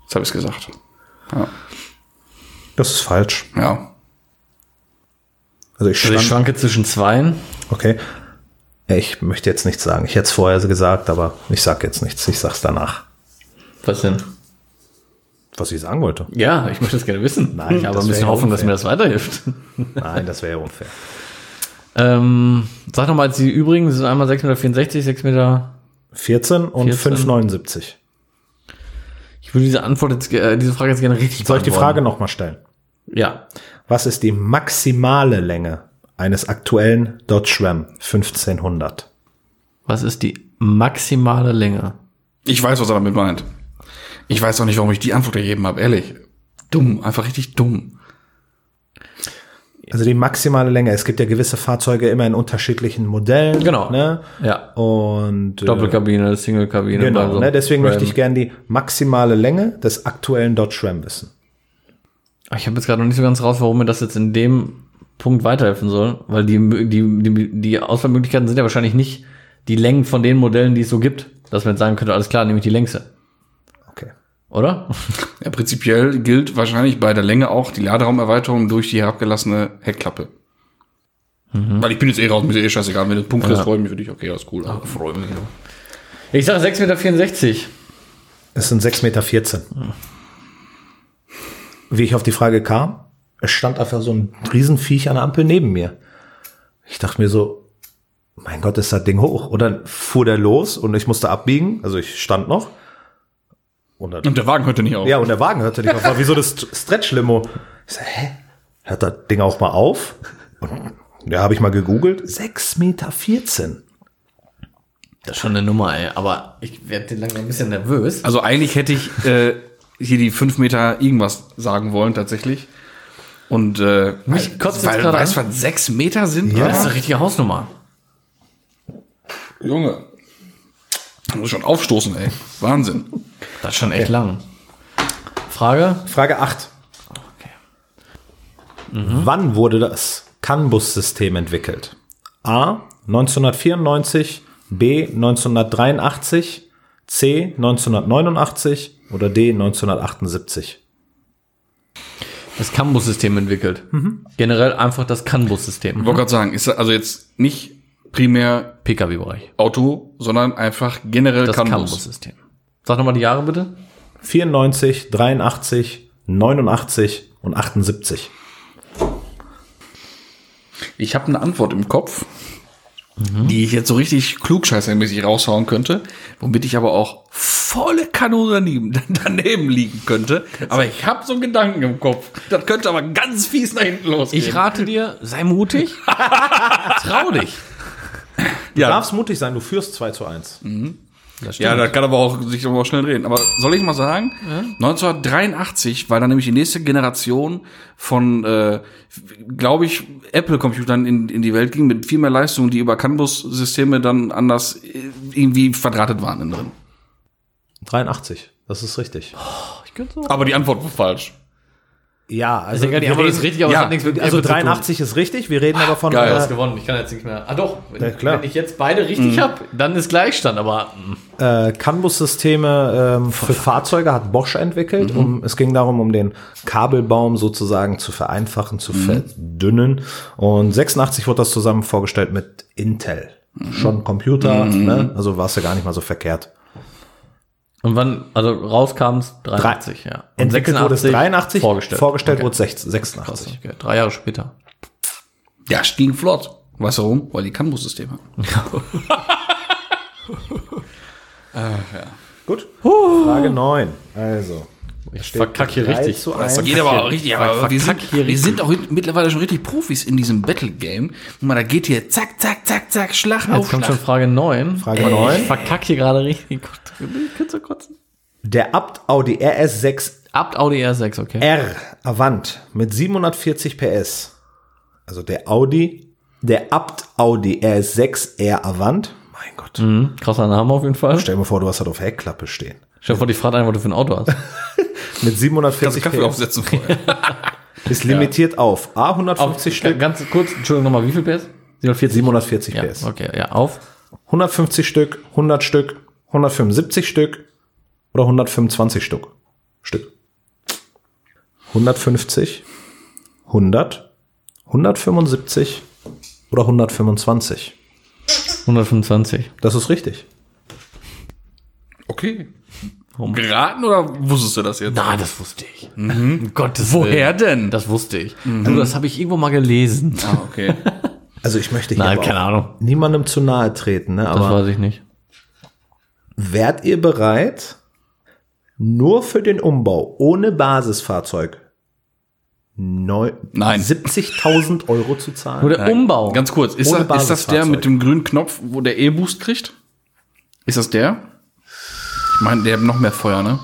[SPEAKER 1] Jetzt habe ich es gesagt. Ja.
[SPEAKER 3] Das ist falsch.
[SPEAKER 1] ja.
[SPEAKER 3] Also ich
[SPEAKER 2] Also
[SPEAKER 3] schwank.
[SPEAKER 2] ich schwanke zwischen zwei.
[SPEAKER 3] okay. Ja, Ich möchte jetzt nichts sagen. Ich hätte es vorher gesagt, aber ich sag jetzt nichts. Ich sag's danach,
[SPEAKER 2] Was denn?
[SPEAKER 3] was ich sagen wollte.
[SPEAKER 2] Ja, ich möchte das gerne wissen.
[SPEAKER 3] Nein,
[SPEAKER 2] ich habe
[SPEAKER 3] das
[SPEAKER 2] ein bisschen
[SPEAKER 3] wäre
[SPEAKER 2] Hoffnung, dass
[SPEAKER 3] unfair.
[SPEAKER 2] mir das weiterhilft.
[SPEAKER 3] Nein, das wäre ja unfair.
[SPEAKER 2] Ähm, sag nochmal, die übrigen sind einmal 6,64 Meter, 6 Meter.
[SPEAKER 3] 14 und
[SPEAKER 2] 14.
[SPEAKER 3] 5,79.
[SPEAKER 2] Ich würde diese Antwort jetzt, ge- äh, diese Frage jetzt gerne richtig
[SPEAKER 3] Soll ich die Frage
[SPEAKER 2] beantworten.
[SPEAKER 3] nochmal stellen?
[SPEAKER 2] Ja.
[SPEAKER 3] Was ist die maximale Länge eines aktuellen Dodge Ram 1500?
[SPEAKER 2] Was ist die maximale Länge?
[SPEAKER 1] Ich weiß, was er damit meint. Ich weiß auch nicht, warum ich die Antwort gegeben habe, ehrlich. Dumm, einfach richtig dumm.
[SPEAKER 3] Also die maximale Länge. Es gibt ja gewisse Fahrzeuge immer in unterschiedlichen Modellen.
[SPEAKER 2] Genau.
[SPEAKER 3] Ne?
[SPEAKER 2] Ja.
[SPEAKER 3] Und äh,
[SPEAKER 2] Doppelkabine, Singlekabine.
[SPEAKER 3] Genau.
[SPEAKER 2] also
[SPEAKER 3] ne? Deswegen möchte ich
[SPEAKER 2] Ram.
[SPEAKER 3] gerne die maximale Länge des aktuellen Dodge Ram wissen.
[SPEAKER 2] Ah, Ich habe jetzt gerade noch nicht so ganz raus, warum mir das jetzt in dem Punkt weiterhelfen soll, weil die, die, die, die Auswahlmöglichkeiten sind ja wahrscheinlich nicht die Längen von den Modellen, die es so gibt, dass man jetzt sagen könnte, alles klar, nehme ich die längste.
[SPEAKER 3] Okay.
[SPEAKER 2] Oder?
[SPEAKER 1] Ja, prinzipiell gilt wahrscheinlich bei der Länge auch die Laderaumerweiterung durch die herabgelassene Heckklappe. Weil ich bin jetzt eh raus, mir ist eh scheißegal. Wenn du einen Punkt kriegst, freue ich mich für dich. Okay, das ist cool. Aber freue mich.
[SPEAKER 2] Ich sage 6,64 Meter.
[SPEAKER 3] Es sind 6,14 Meter. Wie ich auf die Frage kam, es stand einfach so ein Riesenviech an der Ampel neben mir. Ich dachte mir so, mein Gott, ist das Ding hoch. Und dann fuhr der los und ich musste abbiegen. Also ich stand noch. Und dann,
[SPEAKER 1] Und der Wagen hörte nicht auf.
[SPEAKER 3] ja, und der Wagen hörte nicht auf. War wie so das St- Stretch-Limo. Ich so, hä? Hört das Ding auch mal auf? Und da habe ich mal gegoogelt. 6,14 Meter.
[SPEAKER 2] Das ist schon eine Nummer, ey. Aber ich werde langsam ein bisschen nervös.
[SPEAKER 1] Also eigentlich hätte ich äh, hier die 5 Meter irgendwas sagen wollen, tatsächlich. Und äh,
[SPEAKER 2] Mich kotzt jetzt
[SPEAKER 1] weil,
[SPEAKER 2] gerade
[SPEAKER 1] weißt du,
[SPEAKER 2] an.
[SPEAKER 1] was 6 Meter sind?
[SPEAKER 3] Ja.
[SPEAKER 2] Das ist eine richtige Hausnummer.
[SPEAKER 1] Junge. Da muss ich schon aufstoßen, ey. Wahnsinn.
[SPEAKER 2] Das ist schon echt lang. Frage?
[SPEAKER 3] Frage 8. Wann wurde das CAN-Bus-System entwickelt? A. 1994, B. 1983, C. 1989 oder D. 1978?
[SPEAKER 2] Das Canbus-System entwickelt. Generell einfach das Canbus-System.
[SPEAKER 1] Ich wollte gerade sagen, ist also jetzt nicht primär
[SPEAKER 2] Pkw-Bereich.
[SPEAKER 1] Auto, sondern einfach generell
[SPEAKER 2] Das
[SPEAKER 1] Canbus.
[SPEAKER 2] Canbus-System. Sag nochmal die Jahre bitte.
[SPEAKER 3] 94, 83, 89 und 78.
[SPEAKER 1] Ich habe eine Antwort im Kopf, die ich jetzt so richtig klugscheißermäßig raushauen könnte, womit ich aber auch volle Kanone daneben, daneben liegen könnte. Aber ich habe so einen Gedanken im Kopf. Das könnte aber ganz fies nach hinten losgehen.
[SPEAKER 2] Ich rate dir, sei mutig. Trau dich.
[SPEAKER 3] Du
[SPEAKER 1] Ja.
[SPEAKER 3] darfst mutig sein, du führst 2 zu 1.
[SPEAKER 1] ja, das kann aber auch sich aber auch schnell drehen. Aber soll ich mal sagen, 1983 war dann nämlich die nächste Generation von, äh, glaube ich, Apple-Computern in, in die Welt ging mit viel mehr Leistung, die über Canbus-Systeme dann anders äh, irgendwie verdrahtet waren innen drin.
[SPEAKER 3] 83, das ist richtig.
[SPEAKER 2] Ich könnte so.
[SPEAKER 1] Aber die Antwort war falsch.
[SPEAKER 3] Ja,
[SPEAKER 2] Also,
[SPEAKER 3] also,
[SPEAKER 2] die
[SPEAKER 3] wir
[SPEAKER 2] Antwort ist
[SPEAKER 3] reden,
[SPEAKER 2] richtig, aber
[SPEAKER 1] ja,
[SPEAKER 2] es hat nichts mit
[SPEAKER 3] also
[SPEAKER 2] Apple zu tun.
[SPEAKER 3] 83 ist richtig, wir reden aber von
[SPEAKER 1] Geil.
[SPEAKER 2] Du
[SPEAKER 3] äh,
[SPEAKER 2] hast gewonnen, ich kann jetzt nichts mehr. Ah doch, wenn,
[SPEAKER 3] Ja, klar. Mhm.
[SPEAKER 2] wenn ich jetzt beide richtig habe, dann ist Gleichstand, aber mm,
[SPEAKER 3] äh, Canvas-Systeme ähm, für Fahrzeuge hat Bosch
[SPEAKER 2] Mhm.
[SPEAKER 3] entwickelt. Um, es ging darum, um den Kabelbaum sozusagen zu vereinfachen, zu
[SPEAKER 2] Mhm.
[SPEAKER 3] verdünnen. Und 86 wurde das zusammen vorgestellt mit Intel.
[SPEAKER 2] Mhm.
[SPEAKER 3] Schon Computer, ne? also war es ja gar nicht mal so verkehrt.
[SPEAKER 2] Und wann, also rauskam es 83, ja. Und
[SPEAKER 3] Entwickelt wurde es 83,
[SPEAKER 2] vorgestellt.
[SPEAKER 3] vorgestellt
[SPEAKER 2] Okay.
[SPEAKER 3] wurde es 86. 86.
[SPEAKER 2] Okay, drei Jahre später.
[SPEAKER 1] Ja, es ging flott. Weißt du warum? Weil die Canbus-Systeme.
[SPEAKER 3] Gut, Frage 9. Also,
[SPEAKER 2] Ich verkack hier
[SPEAKER 3] 3
[SPEAKER 2] richtig.
[SPEAKER 3] zu 1.
[SPEAKER 1] Geht aber auch richtig, aber
[SPEAKER 2] Verkack
[SPEAKER 1] wir sind,
[SPEAKER 2] hier
[SPEAKER 1] wir sind auch hin- mittlerweile schon richtig Profis in diesem Battle-Game. Guck mal, da geht hier zack, zack, zack, zack, Schlag auf
[SPEAKER 2] Jetzt kommt schon
[SPEAKER 1] Schlag.
[SPEAKER 2] Frage 9.
[SPEAKER 3] Frage
[SPEAKER 2] Ich
[SPEAKER 3] 9.
[SPEAKER 2] verkack hier gerade richtig. Gott, ich könnte so kotzen.
[SPEAKER 3] Der Abt Audi RS6
[SPEAKER 2] Abt Audi R6, okay.
[SPEAKER 3] R Avant mit 740 PS. Also der Audi, der Abt Audi RS6 R Avant. Mein Gott.
[SPEAKER 2] Mhm, krasser Name auf jeden Fall.
[SPEAKER 3] Stell dir vor, du hast halt auf Heckklappe stehen.
[SPEAKER 2] Stell dir vor, die fragt einen, was du für ein Auto hast.
[SPEAKER 3] Mit
[SPEAKER 1] Kannst du
[SPEAKER 3] 740
[SPEAKER 1] Kaffee
[SPEAKER 3] PS
[SPEAKER 1] aufsetzen vorher.
[SPEAKER 3] ist limitiert auf A 150
[SPEAKER 2] Auf,
[SPEAKER 3] Stück,
[SPEAKER 2] ganz kurz, Entschuldigung nochmal, wie viel PS? 740.
[SPEAKER 3] 740
[SPEAKER 2] Ja,
[SPEAKER 3] PS.
[SPEAKER 2] okay, ja, auf.
[SPEAKER 3] 150 Stück, 100 Stück, 175 Stück oder 125 Stück. Stück. 150, 100, 175 oder 125.
[SPEAKER 2] 125.
[SPEAKER 3] Das ist richtig.
[SPEAKER 1] Okay. Geraten oder wusstest du das jetzt?
[SPEAKER 2] Na, das wusste ich. Um Gottes
[SPEAKER 1] Woher
[SPEAKER 2] Willen.
[SPEAKER 1] denn?
[SPEAKER 2] Das wusste ich. Du, das habe ich irgendwo mal gelesen.
[SPEAKER 1] ah, okay.
[SPEAKER 3] Also ich möchte hier
[SPEAKER 2] Nein,
[SPEAKER 3] aber
[SPEAKER 2] keine
[SPEAKER 3] auch
[SPEAKER 2] Ahnung.
[SPEAKER 3] niemandem zu nahe treten, ne?
[SPEAKER 2] Das
[SPEAKER 3] aber
[SPEAKER 2] weiß ich nicht.
[SPEAKER 3] wärt ihr bereit, nur für den Umbau ohne Basisfahrzeug neu-
[SPEAKER 1] Nein.
[SPEAKER 3] 70.000 Euro zu
[SPEAKER 2] Nur
[SPEAKER 3] zahlen.
[SPEAKER 2] der Umbau.
[SPEAKER 1] Ganz kurz, ist,
[SPEAKER 3] Ohne
[SPEAKER 1] das, ist das der
[SPEAKER 3] Basisfahrzeug.
[SPEAKER 1] mit dem grünen Knopf, wo der E-Boost kriegt? Ist das der? Ich meine, der hat noch mehr Feuer, ne?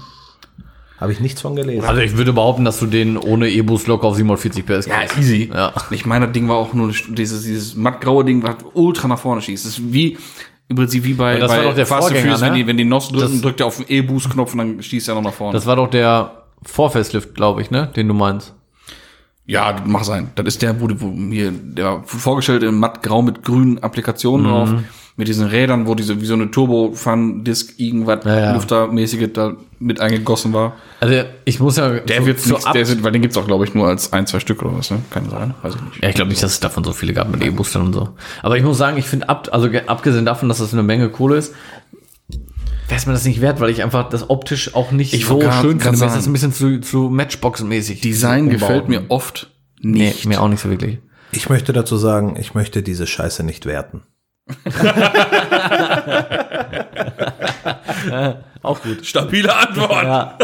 [SPEAKER 3] Habe ich nichts von gelesen.
[SPEAKER 2] also ich würde behaupten, dass du den ohne E-Boost locker auf 740 PS kriegst.
[SPEAKER 1] easy.
[SPEAKER 2] Ja.
[SPEAKER 1] Ich meine, das Ding war auch nur eine- dieses, dieses mattgraue Ding, was ultra nach vorne schießt. Das ist wie, im Prinzip wie bei,
[SPEAKER 2] Aber das
[SPEAKER 1] bei
[SPEAKER 2] war doch der
[SPEAKER 1] and
[SPEAKER 2] Vorgänger,
[SPEAKER 1] wenn
[SPEAKER 2] ne?
[SPEAKER 1] die, wenn die NOS drücken,
[SPEAKER 2] Das-
[SPEAKER 1] drückt er auf den E-Boost-Knopf und dann schießt er noch nach vorne.
[SPEAKER 2] Das war doch der Vorfacelift, glaube ich, ne? Den du meinst.
[SPEAKER 1] ja, das mag sein. Das ist der, wo, wo mir, der war vorgestellt in mattgrau mit grünen Applikationen
[SPEAKER 2] Mhm.
[SPEAKER 1] drauf. Mit diesen Rädern, wo diese, wie so eine Turbo-Fun-Disc irgendwas
[SPEAKER 2] Ja, ja.
[SPEAKER 1] luftermäßige da mit eingegossen war.
[SPEAKER 2] Also ich muss ja
[SPEAKER 1] Der wird
[SPEAKER 2] so
[SPEAKER 1] so der ist, weil den gibt's auch, glaube ich, nur als ein, zwei Stück oder was, ne? Kann sein, weiß ich nicht.
[SPEAKER 2] Ja, ich glaube nicht, dass es davon so viele gab mit E-Boostern und so. Aber ich muss sagen, ich finde ab, also ge- abgesehen davon, dass das eine Menge Kohle ist, wäre es mir das nicht wert, weil ich einfach das optisch auch nicht
[SPEAKER 1] Ich
[SPEAKER 2] so
[SPEAKER 1] wollte grad-
[SPEAKER 2] schön
[SPEAKER 1] grad
[SPEAKER 2] finde. Mir ist das
[SPEAKER 1] sagen.
[SPEAKER 2] ein bisschen zu, zu Matchbox-mäßig.
[SPEAKER 1] Design
[SPEAKER 2] Umbauten.
[SPEAKER 1] gefällt mir oft
[SPEAKER 2] Nee,
[SPEAKER 1] nicht.
[SPEAKER 2] mir auch nicht so wirklich.
[SPEAKER 3] Ich möchte dazu sagen, ich möchte diese Scheiße nicht werten.
[SPEAKER 2] Auch gut.
[SPEAKER 1] Stabile Antwort.
[SPEAKER 2] Ja.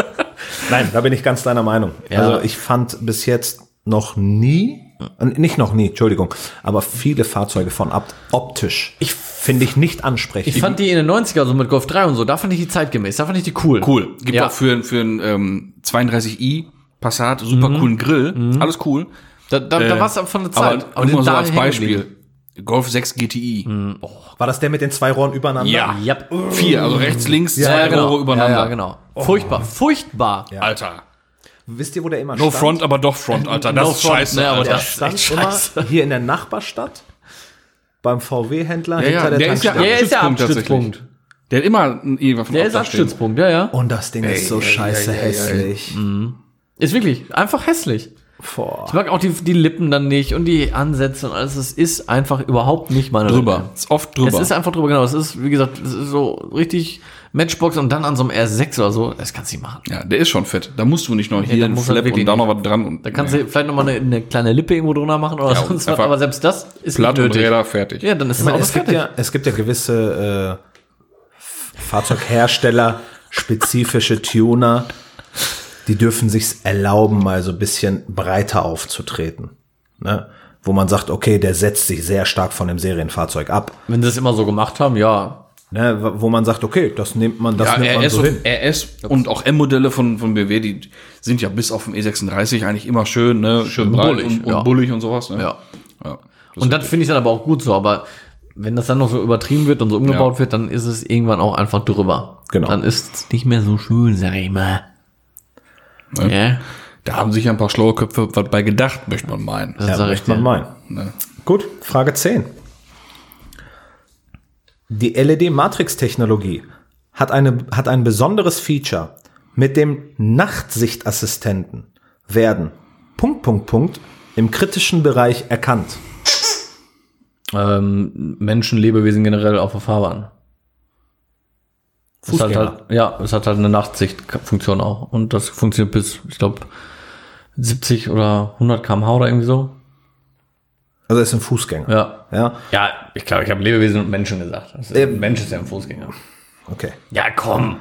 [SPEAKER 3] Nein, da bin ich ganz deiner Meinung.
[SPEAKER 2] Ja.
[SPEAKER 3] Also ich fand bis jetzt noch nie, äh, nicht noch nie, Entschuldigung, aber viele Fahrzeuge von Abt optisch
[SPEAKER 2] Ich
[SPEAKER 3] finde ich nicht ansprechend.
[SPEAKER 2] Ich fand die in den 90er, so mit Golf 3 und so, da fand ich die zeitgemäß, da fand ich die cool.
[SPEAKER 1] Cool. Gibt
[SPEAKER 2] Ja.
[SPEAKER 1] auch für, für einen ähm, 32i Passat super coolen Grill. Alles cool.
[SPEAKER 2] Da, da, Mhm. da
[SPEAKER 1] Äh,
[SPEAKER 2] war es von der Zeit.
[SPEAKER 1] Aber, aber nur mal so
[SPEAKER 2] da
[SPEAKER 1] als
[SPEAKER 2] hängen geblieben. Mhm.
[SPEAKER 1] Beispiel. Golf 6 GTI.
[SPEAKER 3] War das der mit den zwei Rohren übereinander?
[SPEAKER 2] Yep.
[SPEAKER 1] Vier, also rechts, links,
[SPEAKER 2] Ja,
[SPEAKER 1] zwei
[SPEAKER 2] ja, genau.
[SPEAKER 1] Rohre übereinander.
[SPEAKER 2] Ja, ja, genau. Furchtbar, furchtbar.
[SPEAKER 3] Ja.
[SPEAKER 1] Alter.
[SPEAKER 3] Wisst ihr, wo der immer
[SPEAKER 1] No
[SPEAKER 3] stand?
[SPEAKER 1] front, aber doch front, Alter. Das
[SPEAKER 2] No
[SPEAKER 1] ist
[SPEAKER 2] front,
[SPEAKER 1] scheiße.
[SPEAKER 2] ne, aber
[SPEAKER 1] Alter.
[SPEAKER 3] Der
[SPEAKER 2] das- ist echt
[SPEAKER 3] stand immer
[SPEAKER 2] scheiße.
[SPEAKER 3] hier in der Nachbarstadt beim VW-Händler
[SPEAKER 1] ja,
[SPEAKER 3] hinter der,
[SPEAKER 1] der ist ja-
[SPEAKER 3] Tankstelle.
[SPEAKER 2] Der ist ja am
[SPEAKER 1] Stützpunkt
[SPEAKER 2] Stützpunkt.
[SPEAKER 1] Der hat immer E ein irgendwas von
[SPEAKER 2] Der ist am
[SPEAKER 1] Abstand stehen.
[SPEAKER 2] Stützpunkt, ja, ja.
[SPEAKER 3] Und das Ding ist so scheiße hässlich.
[SPEAKER 2] Ist wirklich einfach hässlich.
[SPEAKER 3] Boah.
[SPEAKER 2] Ich mag auch die, die Lippen dann nicht und die Ansätze und alles. Es ist einfach überhaupt nicht meine
[SPEAKER 1] Drüber. Ist oft drüber.
[SPEAKER 2] Es ist einfach drüber, genau. Es ist, wie gesagt, es ist so richtig Matchbox und dann an so einem R6 oder so. Das kannst du nicht machen.
[SPEAKER 1] ja, der ist schon fett. Da musst du nicht noch hier
[SPEAKER 2] dann
[SPEAKER 1] einen
[SPEAKER 2] muss er
[SPEAKER 1] Flap
[SPEAKER 2] wirklich
[SPEAKER 1] und da noch was dran. Und,
[SPEAKER 2] Da kannst du vielleicht nochmal eine, eine kleine Lippe irgendwo drunter machen oder
[SPEAKER 1] Ja,
[SPEAKER 2] sonst was.
[SPEAKER 1] einfach
[SPEAKER 2] Aber selbst das ist
[SPEAKER 1] Platten und Räder fertig.
[SPEAKER 2] Ja, dann ist das
[SPEAKER 3] Ich meine,
[SPEAKER 2] Auto
[SPEAKER 3] es, gibt
[SPEAKER 2] fertig.
[SPEAKER 3] ja, es gibt ja gewisse äh, F- Fahrzeughersteller, spezifische Tuner, die dürfen sich's erlauben, mal so ein bisschen breiter aufzutreten. Ne? Wo man sagt, okay, der setzt sich sehr stark von dem Serienfahrzeug ab.
[SPEAKER 2] Wenn sie es immer so gemacht haben, ja.
[SPEAKER 3] Ne? wo- Wo man sagt, okay, das nimmt man, das
[SPEAKER 1] Ja,
[SPEAKER 3] nimmt man
[SPEAKER 1] RS,
[SPEAKER 3] so hin.
[SPEAKER 1] und, RS und auch M-Modelle von, von BW, die sind ja bis auf den E36 eigentlich immer schön, ne? Schön breit
[SPEAKER 2] bullig,
[SPEAKER 1] und, und
[SPEAKER 2] ja.
[SPEAKER 1] bullig und sowas. Ne?
[SPEAKER 2] Ja.
[SPEAKER 1] ja.
[SPEAKER 2] Und das finde ich dann aber auch gut so. Aber wenn das dann noch so übertrieben wird und so umgebaut wird, dann ist es irgendwann auch einfach drüber.
[SPEAKER 3] Genau.
[SPEAKER 2] Dann ist es nicht mehr so schön, sag ich mal.
[SPEAKER 1] Ne?
[SPEAKER 2] Ja.
[SPEAKER 1] Da haben sich ja ein paar schlaue Köpfe was bei gedacht, möchte man meinen.
[SPEAKER 2] Das
[SPEAKER 3] Ja,
[SPEAKER 2] sag ich
[SPEAKER 3] möchte man
[SPEAKER 2] dir.
[SPEAKER 3] meinen.
[SPEAKER 1] Ne?
[SPEAKER 3] Gut, Frage 10. Die LED-Matrix-Technologie hat, eine, hat ein besonderes Feature. Mit dem Nachtsichtassistenten werden Punkt, Punkt, Punkt im kritischen Bereich erkannt.
[SPEAKER 2] ähm, Menschen, Lebewesen generell auf der Fahrbahn. Es hat
[SPEAKER 3] Fußgänger.
[SPEAKER 2] halt, ja, es hat halt eine Nachtsichtfunktion auch. Und das funktioniert bis, ich glaube, 70 oder 100 km/h oder irgendwie so.
[SPEAKER 3] Also es sind Fußgänger.
[SPEAKER 2] Ja.
[SPEAKER 3] Ja,
[SPEAKER 2] Ja, ich glaube, ich habe Lebewesen und Menschen gesagt. Also,
[SPEAKER 3] Ähm.
[SPEAKER 2] Mensch ist ja ein Fußgänger.
[SPEAKER 3] okay.
[SPEAKER 2] Ja, komm.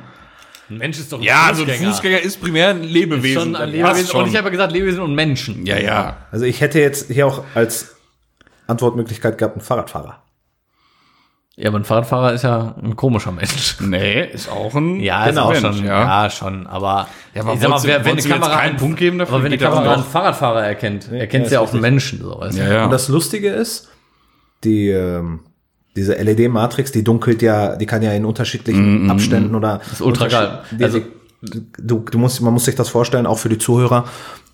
[SPEAKER 2] Ein Mensch ist doch ein
[SPEAKER 1] Ja, also ein Fußgänger ist primär ein Lebewesen. also,
[SPEAKER 2] Schon ein
[SPEAKER 1] Passt
[SPEAKER 2] Lebewesen.
[SPEAKER 1] schon.
[SPEAKER 2] Und ich habe ja gesagt, Lebewesen und Menschen.
[SPEAKER 1] ja, ja.
[SPEAKER 3] Also ich hätte jetzt hier auch als Antwortmöglichkeit gehabt, einen Fahrradfahrer.
[SPEAKER 2] Ja, aber ein Fahrradfahrer ist ja ein komischer Mensch.
[SPEAKER 1] Nee, ist auch ein
[SPEAKER 2] Ja,
[SPEAKER 1] genau,
[SPEAKER 2] ist auch schon,
[SPEAKER 1] ja.
[SPEAKER 2] ja. schon, aber,
[SPEAKER 1] Ja, aber
[SPEAKER 2] ich sag mal,
[SPEAKER 1] wolltest du-
[SPEAKER 2] wer, wenn eine
[SPEAKER 1] wolltest du jetzt
[SPEAKER 2] Kamera
[SPEAKER 1] keinen
[SPEAKER 2] einen-
[SPEAKER 1] Punkt geben dafür?
[SPEAKER 2] aber wenn eine
[SPEAKER 1] Geht ja
[SPEAKER 2] Kamera
[SPEAKER 1] auch.
[SPEAKER 2] einen Fahrradfahrer erkennt, erkennt
[SPEAKER 3] ja,
[SPEAKER 2] sie ja
[SPEAKER 3] ist
[SPEAKER 2] auch einen Menschen, so, weißt du?
[SPEAKER 1] ja, ja.
[SPEAKER 3] Und das Lustige ist, die, ähm, diese LED-Matrix, die dunkelt ja, die kann ja in unterschiedlichen Abständen oder. Das ist
[SPEAKER 2] ultra geil. Also-
[SPEAKER 3] Also, du, du musst, man muss sich das vorstellen, auch für die Zuhörer.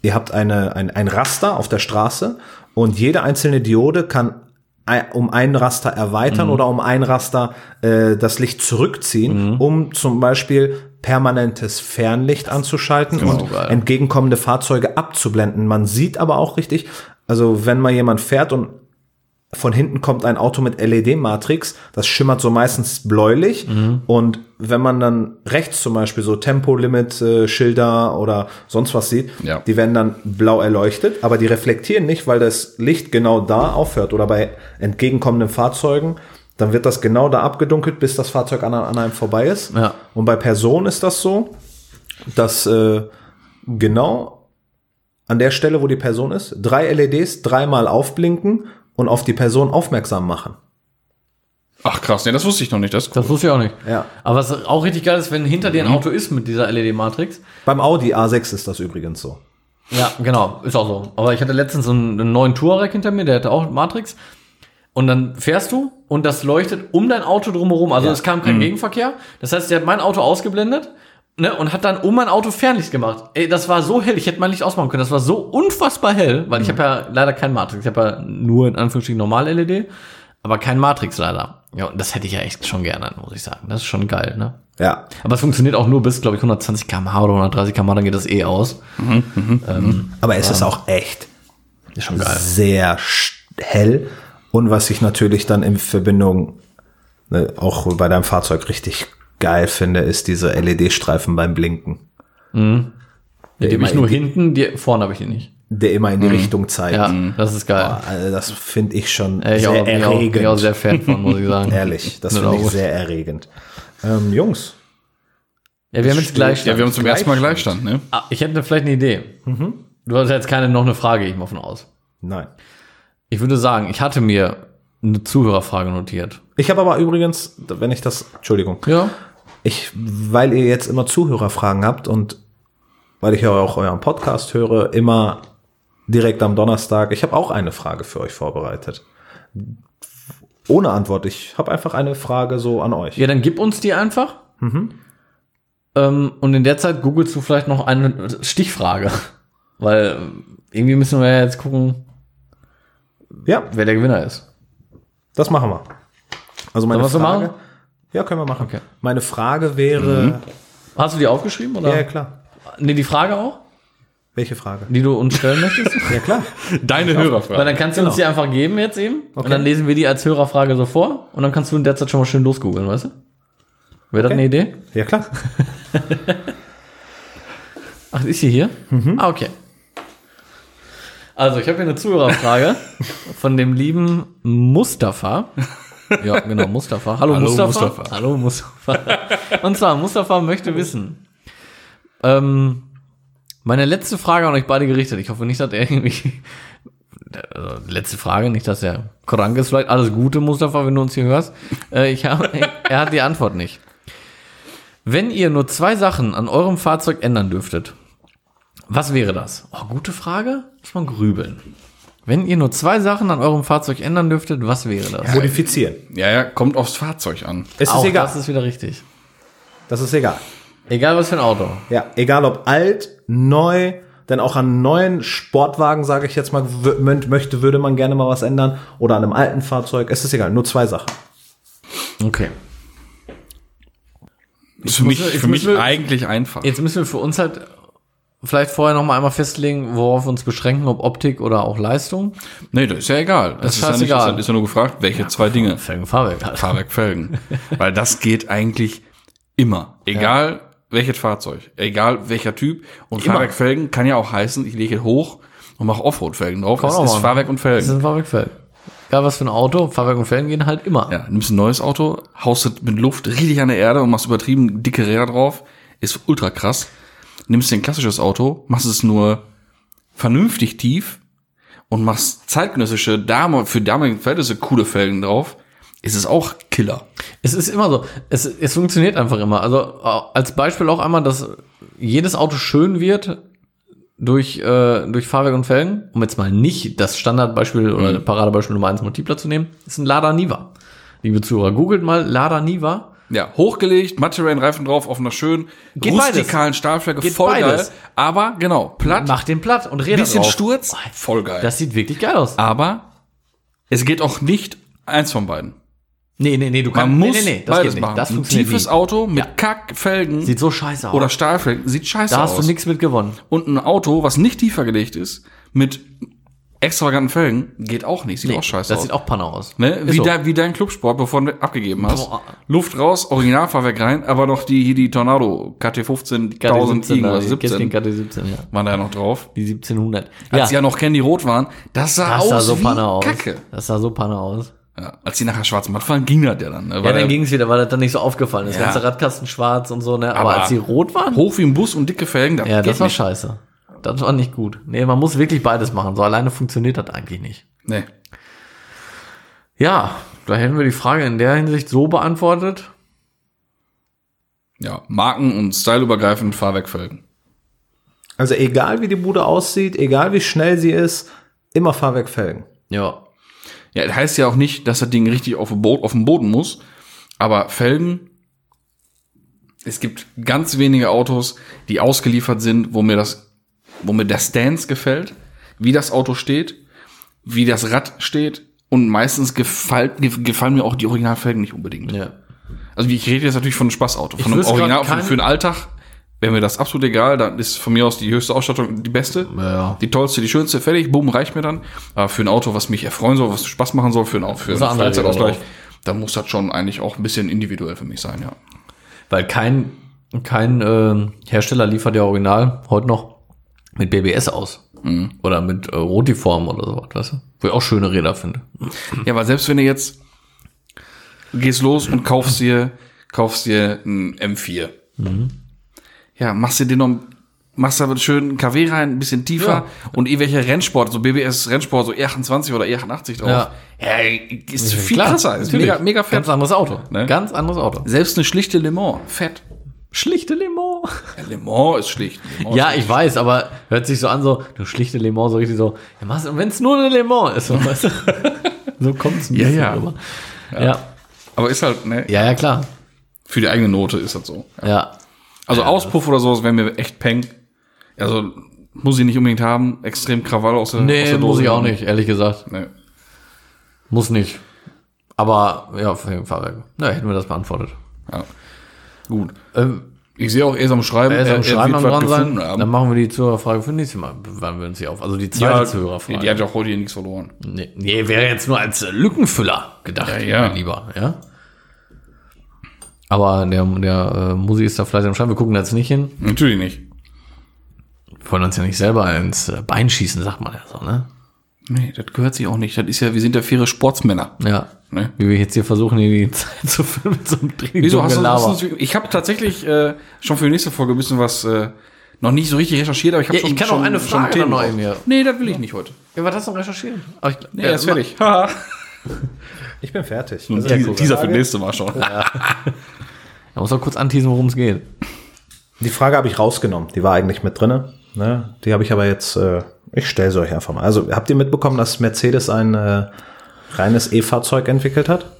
[SPEAKER 3] Ihr habt eine, ein, ein Raster auf der Straße und jede einzelne Diode kann ei- um ein Raster erweitern oder um ein Raster äh, das Licht zurückziehen, um zum Beispiel permanentes Fernlicht anzuschalten und
[SPEAKER 2] geil.
[SPEAKER 3] entgegenkommende Fahrzeuge abzublenden. Man sieht aber auch richtig, also wenn mal jemand fährt und von hinten kommt ein Auto mit LED-Matrix, das schimmert so meistens bläulich und wenn man dann rechts zum Beispiel so Tempolimit-Schilder oder sonst was sieht,
[SPEAKER 1] Ja.
[SPEAKER 3] die werden dann blau erleuchtet, aber die reflektieren nicht, weil das Licht genau da aufhört oder bei entgegenkommenden Fahrzeugen, dann wird das genau da abgedunkelt, bis das Fahrzeug an, an einem vorbei ist.
[SPEAKER 2] Ja.
[SPEAKER 3] Und bei Personen ist das so, dass äh, genau an der Stelle, wo die Person ist, drei LEDs dreimal aufblinken und auf die Person aufmerksam machen.
[SPEAKER 1] Ach krass, ne, das wusste ich noch nicht. Das ist cool.
[SPEAKER 2] Das wusste ich auch nicht.
[SPEAKER 3] Ja.
[SPEAKER 2] Aber was auch richtig geil ist, wenn hinter dir ein Auto ist mit dieser E LED-Matrix.
[SPEAKER 3] Beim Audi A6 ist das übrigens so.
[SPEAKER 2] Ja, genau, ist auch so. Aber ich hatte letztens so einen, einen neuen Touareg hinter mir, der hatte auch Matrix. Und dann fährst du und das leuchtet um dein Auto drumherum. Also es kam kein Gegenverkehr. Das heißt, der hat mein Auto ausgeblendet ne, und hat dann um mein Auto Fernlicht gemacht. Ey, das war so hell, ich hätte mein Licht ausmachen können. Das war so unfassbar hell, weil ich habe ja leider kein Matrix. Ich habe ja nur in Anführungsstrichen normal LED, aber kein Matrix leider. Ja, und das hätte ich ja echt schon gerne, muss ich sagen. Das ist schon geil, ne?
[SPEAKER 3] Ja.
[SPEAKER 2] Aber es funktioniert auch nur bis, glaube ich, 120 km/h oder 130 km/h, dann geht das eh aus. ähm,
[SPEAKER 3] Aber es ist auch echt
[SPEAKER 2] ist schon geil.
[SPEAKER 3] sehr sch- hell und was ich natürlich dann in Verbindung ne, auch bei deinem Fahrzeug richtig geil finde, ist diese LED-Streifen beim Blinken,
[SPEAKER 2] Ja, Mhm. die habe ich nur hinten, die vorne habe ich die nicht.
[SPEAKER 3] der immer in die Richtung zeigt.
[SPEAKER 2] Ja, das ist geil.
[SPEAKER 3] Also das finde ich schon
[SPEAKER 2] Äh, ich
[SPEAKER 3] Mhm. sehr
[SPEAKER 2] auch, bin ich auch, bin
[SPEAKER 3] erregend.
[SPEAKER 2] ich auch sehr Fan von, muss ich sagen.
[SPEAKER 3] Ehrlich, das
[SPEAKER 2] Nur
[SPEAKER 3] finde ich
[SPEAKER 2] August.
[SPEAKER 3] sehr erregend. Ähm, Jungs,
[SPEAKER 2] Ja, wir haben jetzt gleich.
[SPEAKER 1] Ja, wir haben zum ersten Mal Gleichstand, ne?
[SPEAKER 2] ah, ich hätte vielleicht eine Idee.
[SPEAKER 3] Mhm.
[SPEAKER 2] Du hast jetzt keine noch eine Frage, gehe ich mal von aus.
[SPEAKER 3] nein.
[SPEAKER 2] Ich würde sagen, ich hatte mir eine Zuhörerfrage notiert.
[SPEAKER 3] Ich habe aber übrigens, wenn ich das, Entschuldigung,
[SPEAKER 2] Ja.
[SPEAKER 3] ich, weil ihr jetzt immer Zuhörerfragen habt und weil ich ja auch euren Podcast höre, immer direkt am Donnerstag. Ich habe auch eine Frage für euch vorbereitet. Ohne Antwort. Ich habe einfach eine Frage so an euch.
[SPEAKER 2] Ja, dann gib uns die einfach.
[SPEAKER 3] Mhm.
[SPEAKER 2] Ähm, und in der Zeit googelst du vielleicht noch eine Stichfrage. Weil ähm, irgendwie müssen wir ja jetzt gucken,
[SPEAKER 3] Ja,
[SPEAKER 2] wer der Gewinner ist.
[SPEAKER 3] das machen wir. Also meine
[SPEAKER 2] Sollen wir's so
[SPEAKER 3] Frage.
[SPEAKER 2] machen?
[SPEAKER 3] Ja, können wir machen.
[SPEAKER 2] Okay. Mhm.
[SPEAKER 3] Meine Frage wäre.
[SPEAKER 2] Hast du die aufgeschrieben?
[SPEAKER 3] Ja,
[SPEAKER 2] Oder?
[SPEAKER 3] ja, klar.
[SPEAKER 2] Nee, die Frage auch,
[SPEAKER 3] Welche Frage?
[SPEAKER 2] die du uns stellen möchtest?
[SPEAKER 3] Ja, klar.
[SPEAKER 1] Deine
[SPEAKER 2] Weil
[SPEAKER 1] Hörerfrage.
[SPEAKER 2] dann kannst du uns die einfach geben jetzt eben.
[SPEAKER 3] Okay.
[SPEAKER 2] Und dann lesen wir die als Hörerfrage so vor. Und dann kannst du in der Zeit schon mal schön losgoogeln, weißt du? Wäre das
[SPEAKER 3] Okay.
[SPEAKER 2] eine Idee?
[SPEAKER 3] Ja, klar.
[SPEAKER 2] Ach, ist sie hier? Ah, okay. Also, ich habe hier eine Zuhörerfrage von dem lieben Mustafa. Ja, genau, Mustafa. Hallo,
[SPEAKER 1] Hallo,
[SPEAKER 2] Mustafa.
[SPEAKER 1] Mustafa.
[SPEAKER 2] Hallo Mustafa. Und zwar, Mustafa möchte wissen. Ähm, meine letzte Frage an euch beide gerichtet. Ich hoffe nicht, dass er irgendwie. Also, letzte Frage, nicht, dass er krank ist. Vielleicht alles Gute, Mustafa, wenn du uns hier hörst. Äh, ich hab, er hat die Antwort nicht. Wenn ihr nur zwei Sachen an eurem Fahrzeug ändern dürftet, was wäre das? Oh, gute Frage. Muss man grübeln. Wenn ihr nur zwei Sachen an eurem Fahrzeug ändern dürftet, was wäre das?
[SPEAKER 3] Modifizieren.
[SPEAKER 1] Ja, ja, kommt aufs Fahrzeug an.
[SPEAKER 3] Es
[SPEAKER 2] Auch
[SPEAKER 3] ist egal.
[SPEAKER 2] Das ist wieder richtig.
[SPEAKER 3] das ist egal.
[SPEAKER 2] Egal was für ein Auto.
[SPEAKER 3] Ja, egal ob alt, neu, denn auch an neuen Sportwagen, sage ich jetzt mal, w- mö- möchte, würde man gerne mal was ändern. Oder an einem alten Fahrzeug. Es ist egal, nur zwei Sachen.
[SPEAKER 2] Okay.
[SPEAKER 1] Ist für mich,
[SPEAKER 2] muss- ich
[SPEAKER 1] für mich
[SPEAKER 2] muss-
[SPEAKER 1] eigentlich einfach.
[SPEAKER 2] Jetzt müssen wir für uns halt vielleicht vorher noch mal einmal festlegen, worauf wir uns beschränken, ob Optik oder auch Leistung.
[SPEAKER 1] Nee, das ist ja egal. Das, ist ja nicht,
[SPEAKER 2] scheißegal.
[SPEAKER 1] das ist ja nur gefragt, welche zwei Dinge.
[SPEAKER 2] Felgen, Fahrwerk halt.
[SPEAKER 1] Fahrwerkfelgen. Weil das geht eigentlich immer. Egal welches Fahrzeug, egal welcher Typ. Und Fahrwerkfelgen kann ja auch heißen, ich lege es hoch und mache Offroad-Felgen drauf.
[SPEAKER 2] Kann
[SPEAKER 1] Das
[SPEAKER 2] man
[SPEAKER 1] ist
[SPEAKER 2] machen.
[SPEAKER 1] Fahrwerk und
[SPEAKER 2] Das ist
[SPEAKER 1] Felgen.
[SPEAKER 2] ein Fahrwerkfelgen. Egal was für ein Auto, Fahrwerk und Felgen gehen halt immer.
[SPEAKER 1] Ja, nimmst ein neues Auto, haust es mit Luft richtig an der Erde und machst übertrieben dicke Räder drauf. Ist ultra krass. Nimmst dir ein klassisches Auto, machst es nur vernünftig tief und machst zeitgenössische, Dame, für damalige Verhältnisse coole Felgen drauf. Ist es auch Killer.
[SPEAKER 2] Es ist immer so. Es, es funktioniert einfach immer. Also äh, als Beispiel auch einmal, dass jedes Auto schön wird durch, äh, durch Fahrwerk und Felgen. Um jetzt mal nicht das Standardbeispiel oder
[SPEAKER 1] Mhm.
[SPEAKER 2] Paradebeispiel Nummer 1 Multipler zu nehmen, ist ein Lada Niva. Liebe Zuhörer, googelt mal Lada Niva.
[SPEAKER 1] Ja, hochgelegt, Material-Reifen drauf, auf einer schönen,
[SPEAKER 2] Geht
[SPEAKER 1] rustikalen Stahlfläche,
[SPEAKER 2] Geht
[SPEAKER 1] voll
[SPEAKER 2] beides.
[SPEAKER 1] geil. Aber, genau, platt,
[SPEAKER 2] Macht den platt und redet
[SPEAKER 1] bisschen Sturz, voll geil.
[SPEAKER 2] Das sieht wirklich geil aus.
[SPEAKER 1] aber es geht auch nicht eins von beiden.
[SPEAKER 2] Nee, nee, nee, du
[SPEAKER 1] Man
[SPEAKER 2] nee,
[SPEAKER 1] muss
[SPEAKER 2] nee, nee, das
[SPEAKER 1] beides
[SPEAKER 2] geht nicht.
[SPEAKER 1] machen.
[SPEAKER 2] Das
[SPEAKER 1] Ein
[SPEAKER 2] funktioniert
[SPEAKER 1] tiefes
[SPEAKER 2] nicht.
[SPEAKER 1] Auto mit Kackfelgen
[SPEAKER 2] Sieht so scheiße aus.
[SPEAKER 1] oder Stahlflächen sieht scheiße
[SPEAKER 2] da hast du
[SPEAKER 1] aus.
[SPEAKER 2] nichts mit gewonnen.
[SPEAKER 1] Und ein Auto, was nicht tiefer gelegt ist, mit extravaganten Felgen, geht auch nicht. Sieht auch scheiße
[SPEAKER 2] das
[SPEAKER 1] aus.
[SPEAKER 2] sieht auch Panne aus.
[SPEAKER 1] Ne?
[SPEAKER 2] Ist
[SPEAKER 1] Wie,
[SPEAKER 2] so.
[SPEAKER 1] dein- wie dein Clubsport, bevor du abgegeben hast.
[SPEAKER 2] Boah.
[SPEAKER 1] Luft raus, Originalfahrwerk rein, aber noch die, hier die Tornado KT 15,
[SPEAKER 2] KT
[SPEAKER 1] 1000 irgendwas,
[SPEAKER 2] 17,
[SPEAKER 1] 17
[SPEAKER 2] KT 17, ja.
[SPEAKER 1] waren da ja noch drauf.
[SPEAKER 2] Die 1700.
[SPEAKER 1] Als sie ja noch Candy rot waren, das sah
[SPEAKER 2] Das
[SPEAKER 1] aus
[SPEAKER 2] sah so
[SPEAKER 1] wie
[SPEAKER 2] panne aus.
[SPEAKER 1] Kacke.
[SPEAKER 2] Das sah so panne aus.
[SPEAKER 1] Ja, als sie nachher schwarz matt waren, ging das ja dann. Ne?
[SPEAKER 2] Ja,
[SPEAKER 1] Weil
[SPEAKER 2] dann
[SPEAKER 1] er
[SPEAKER 2] ging's wieder, weil das dann nicht so aufgefallen ist.
[SPEAKER 1] Ja.
[SPEAKER 2] Ganze Radkasten schwarz und so, ne? Aber,
[SPEAKER 1] Aber-
[SPEAKER 2] als sie rot waren,
[SPEAKER 1] hoch wie ein Bus und dicke Felgen.
[SPEAKER 2] ja,
[SPEAKER 1] geht
[SPEAKER 2] das war
[SPEAKER 1] nicht.
[SPEAKER 2] scheiße. Das war nicht gut. Nee, man muss wirklich beides machen. So alleine funktioniert das eigentlich nicht.
[SPEAKER 1] Nee.
[SPEAKER 2] Ja, da hätten wir die Frage in der Hinsicht so beantwortet.
[SPEAKER 1] Ja, marken- und styleübergreifend Fahrwerkfelgen.
[SPEAKER 3] Also egal wie die Bude aussieht, egal wie schnell sie ist, immer Fahrwerkfelgen.
[SPEAKER 2] Ja.
[SPEAKER 1] Ja, das heißt ja auch nicht, dass das Ding richtig auf dem, Bo auf dem Boden muss, aber Felgen, es gibt ganz wenige Autos, die ausgeliefert sind, wo mir das, wo mir der Stance gefällt, wie das Auto steht, wie das Rad steht und meistens gefall, gef- gefallen mir auch die Originalfelgen nicht unbedingt.
[SPEAKER 2] Ja.
[SPEAKER 1] Also ich rede jetzt natürlich von einem Spaßauto, von einem
[SPEAKER 2] wüsste grad
[SPEAKER 1] Original, von,
[SPEAKER 2] keinen-
[SPEAKER 1] für den Alltag wäre mir das absolut egal, dann ist von mir aus die höchste Ausstattung die beste.
[SPEAKER 2] ja.
[SPEAKER 1] Die tollste, die schönste, fertig, bumm, reicht mir dann. Aber für ein Auto, was mich erfreuen soll, was Spaß machen soll, für ein Auto, für
[SPEAKER 2] ist eine
[SPEAKER 1] einen
[SPEAKER 2] andere Regel
[SPEAKER 1] Freizeitausgleich,
[SPEAKER 2] drauf.
[SPEAKER 1] dann muss das schon eigentlich auch ein bisschen individuell für mich sein, ja.
[SPEAKER 2] Weil kein, kein ähm, Hersteller liefert ja original heute noch mit BBS aus. Oder mit äh, Rotiform oder sowas, weißt du? Wo ich auch schöne Räder finde.
[SPEAKER 1] Ja, weil selbst wenn du jetzt gehst los und kaufst dir, kaufst dir ein M4.
[SPEAKER 2] Mhm.
[SPEAKER 1] Ja, machst du dir noch, machst da einen schönen KW rein, ein bisschen tiefer und irgendwelche Rennsport, so BBS Rennsport, so E28 oder E88 drauf.
[SPEAKER 2] Ja.
[SPEAKER 1] Hey, ist viel krasser, ist mega, mega fett.
[SPEAKER 2] Ganz anderes Auto.
[SPEAKER 1] Ne?
[SPEAKER 2] Ganz anderes Auto.
[SPEAKER 1] Selbst eine schlichte Le Mans, fett.
[SPEAKER 2] Schlichte Le Mans.
[SPEAKER 1] Ja, Le Mans ist schlicht. Le Mans
[SPEAKER 2] Ja,
[SPEAKER 1] ist
[SPEAKER 2] ich weiß, aber hört sich so an, so, du schlichte Le Mans, so richtig so, ja, machst, und wenn es nur eine Le Mans ist, so, weißt du? so kommt es ein
[SPEAKER 1] Ja,
[SPEAKER 2] bisschen
[SPEAKER 1] ja.
[SPEAKER 2] rüber. Ja. ja,
[SPEAKER 1] Aber ist halt, ne,
[SPEAKER 2] ja, klar.
[SPEAKER 1] für die eigene Note ist das so.
[SPEAKER 2] Ja.
[SPEAKER 1] Also Auspuff oder sowas wäre mir echt peng. Also muss ich nicht unbedingt haben. Extrem Krawall aus der aus
[SPEAKER 2] Nee,
[SPEAKER 1] der
[SPEAKER 2] muss
[SPEAKER 1] Dose
[SPEAKER 2] ich auch
[SPEAKER 1] haben.
[SPEAKER 2] nicht, ehrlich gesagt.
[SPEAKER 1] Nee.
[SPEAKER 2] Muss nicht. Aber ja, für den Fahrwerk. Na, hätten wir das beantwortet.
[SPEAKER 1] Gut.
[SPEAKER 2] Ähm,
[SPEAKER 1] Ich sehe auch erst am Schreiben,
[SPEAKER 2] wer ist am
[SPEAKER 1] wird
[SPEAKER 2] Schreiben am
[SPEAKER 1] was
[SPEAKER 2] dran sein,
[SPEAKER 1] gefunden
[SPEAKER 2] dann machen wir die Zuhörerfrage für nächstes Mal. Bewahren wir uns hier auf. Also die zweite
[SPEAKER 1] Ja, die,
[SPEAKER 2] Zuhörerfrage.
[SPEAKER 1] die hat ja auch heute hier nichts verloren.
[SPEAKER 2] nee, nee, wäre jetzt nur als äh, Lückenfüller gedacht,
[SPEAKER 1] Ja, ja.
[SPEAKER 2] mein Lieber. Ja? Aber der, der äh, Musi ist da vielleicht am Schreiben. Wir gucken da jetzt nicht hin.
[SPEAKER 1] Natürlich nicht.
[SPEAKER 2] Wir wollen uns ja nicht selber ins äh, Bein schießen, sagt man ja so, ne?
[SPEAKER 1] Nee, das gehört sich auch nicht. Das ist ja, wir sind ja faire Sportsmänner.
[SPEAKER 2] Ja.
[SPEAKER 1] Ne?
[SPEAKER 2] Wie wir jetzt hier versuchen, hier die Zeit zu füllen mit so einem Training.
[SPEAKER 1] Wieso hast du, hast du Ich habe tatsächlich äh, schon für die nächste Folge ein bisschen was äh, noch nicht so richtig recherchiert, aber ich habe
[SPEAKER 2] Ja, ich
[SPEAKER 1] schon
[SPEAKER 2] kann auch
[SPEAKER 1] schon,
[SPEAKER 2] eine Frage
[SPEAKER 1] Themen
[SPEAKER 2] dann noch
[SPEAKER 1] drauf.
[SPEAKER 2] in mir.
[SPEAKER 1] Nee, das will ich nicht heute.
[SPEAKER 2] Ja, was hast du recherchieren?
[SPEAKER 1] Nee, ja, ist fertig. Haha.
[SPEAKER 3] Ich bin fertig.
[SPEAKER 1] Und
[SPEAKER 3] Also,
[SPEAKER 1] die- Dieser für
[SPEAKER 3] Frage-
[SPEAKER 1] das nächste Mal schon.
[SPEAKER 2] Da muss auch kurz anteasen, worum es geht.
[SPEAKER 3] Die Frage habe ich rausgenommen. Die war eigentlich mit drinne. Ne? Die habe ich aber jetzt. Äh, ich stelle sie euch einfach mal. Also habt ihr mitbekommen, dass Mercedes ein äh, reines E-Fahrzeug entwickelt hat?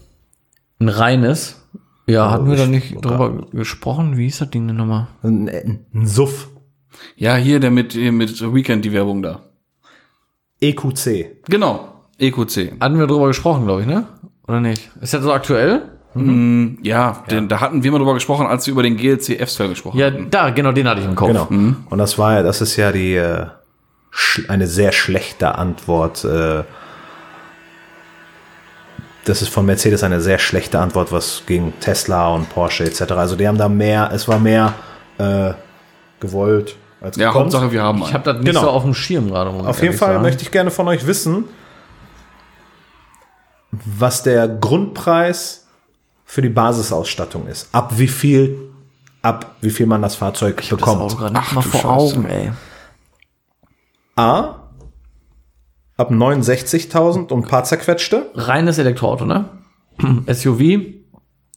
[SPEAKER 2] Ein reines. Ja, hatten wir
[SPEAKER 3] ich-
[SPEAKER 2] Also da nicht drüber gesprochen? Wie hieß das Ding denn nochmal?
[SPEAKER 3] Ein, ein Suff.
[SPEAKER 1] Ja, hier der mit, hier mit Weekend die Werbung da.
[SPEAKER 3] E EQC.
[SPEAKER 1] Genau, EQC.
[SPEAKER 2] Hatten wir drüber gesprochen, glaube ich, ne? Oder nicht? Ist das so aktuell?
[SPEAKER 1] Ja, Den, da hatten wir mal drüber gesprochen, als wir über den GLC F-Style gesprochen
[SPEAKER 2] Ja,
[SPEAKER 1] hatten.
[SPEAKER 2] da, genau, den hatte ich im Kopf.
[SPEAKER 3] Genau. Und das war ja, das ist ja die äh, sch- eine sehr schlechte Antwort. Äh, das ist von Mercedes eine sehr schlechte Antwort, was gegen Tesla und Porsche etc. Also die haben da mehr, es war mehr äh, gewollt als
[SPEAKER 1] Ja,
[SPEAKER 3] gekonnt.
[SPEAKER 1] Hauptsache wir haben einen.
[SPEAKER 2] Ich habe das nicht
[SPEAKER 3] Genau.
[SPEAKER 2] so auf dem Schirm gerade. muss ich
[SPEAKER 3] Auf jeden
[SPEAKER 2] ehrlich
[SPEAKER 3] Fall
[SPEAKER 2] sagen.
[SPEAKER 3] möchte ich gerne von euch wissen, was der Grundpreis für die Basisausstattung ist. Ab wie viel, ab wie viel man das Fahrzeug
[SPEAKER 2] das
[SPEAKER 3] bekommt.
[SPEAKER 2] auch gerade nicht
[SPEAKER 1] Ach,
[SPEAKER 2] mal
[SPEAKER 1] du
[SPEAKER 2] vor
[SPEAKER 1] Scheiße.
[SPEAKER 2] Augen, ey.
[SPEAKER 3] A ab 69.000 und ein paar zerquetschte.
[SPEAKER 2] Reines Elektroauto, ne? SUV,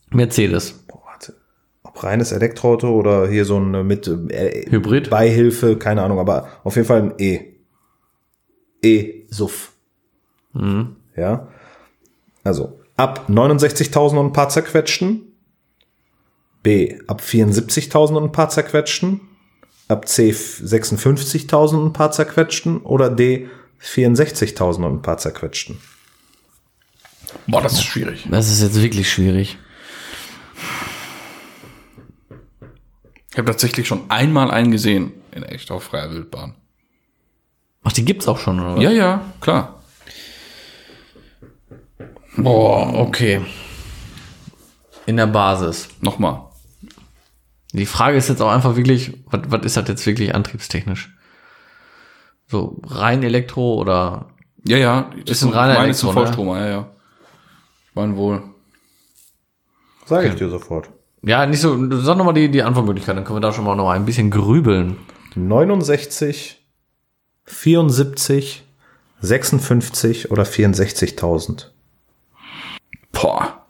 [SPEAKER 2] Mercedes.
[SPEAKER 3] Boah, warte. Ob reines Elektroauto oder hier so ein äh, mit äh,
[SPEAKER 2] Hybrid?
[SPEAKER 3] Beihilfe, keine Ahnung, aber auf jeden Fall ein E. E-Suff. Ja. Also ab 69.000 und ein paar zerquetschten. B ab 74.000 und ein paar zerquetschten. Ab C f- 56.000 und ein paar zerquetschten. Oder D 64.000 und ein paar zerquetschten.
[SPEAKER 1] Boah, das ist schwierig.
[SPEAKER 2] Das ist jetzt wirklich schwierig.
[SPEAKER 1] Ich habe tatsächlich schon einmal einen gesehen in echt auf freier Wildbahn.
[SPEAKER 2] Ach, die gibt's auch schon, oder? was?
[SPEAKER 1] Ja, ja, klar.
[SPEAKER 2] Boah, okay. In der Basis.
[SPEAKER 1] Nochmal.
[SPEAKER 2] Die Frage ist jetzt auch einfach wirklich, was, was ist das jetzt wirklich antriebstechnisch? So rein Elektro oder
[SPEAKER 1] Ja, ja. Das
[SPEAKER 2] Ist ein reiner
[SPEAKER 1] meine, ist ein
[SPEAKER 2] Elektro, ne?
[SPEAKER 1] Vollstromer, ja, ja. Ich meine wohl.
[SPEAKER 3] Sage ich dir sofort.
[SPEAKER 2] ja, nicht so, sag nochmal die, die Antwortmöglichkeit, dann können wir da schon mal noch ein bisschen grübeln.
[SPEAKER 3] 69 74, 56 oder 64.000.
[SPEAKER 1] Boah.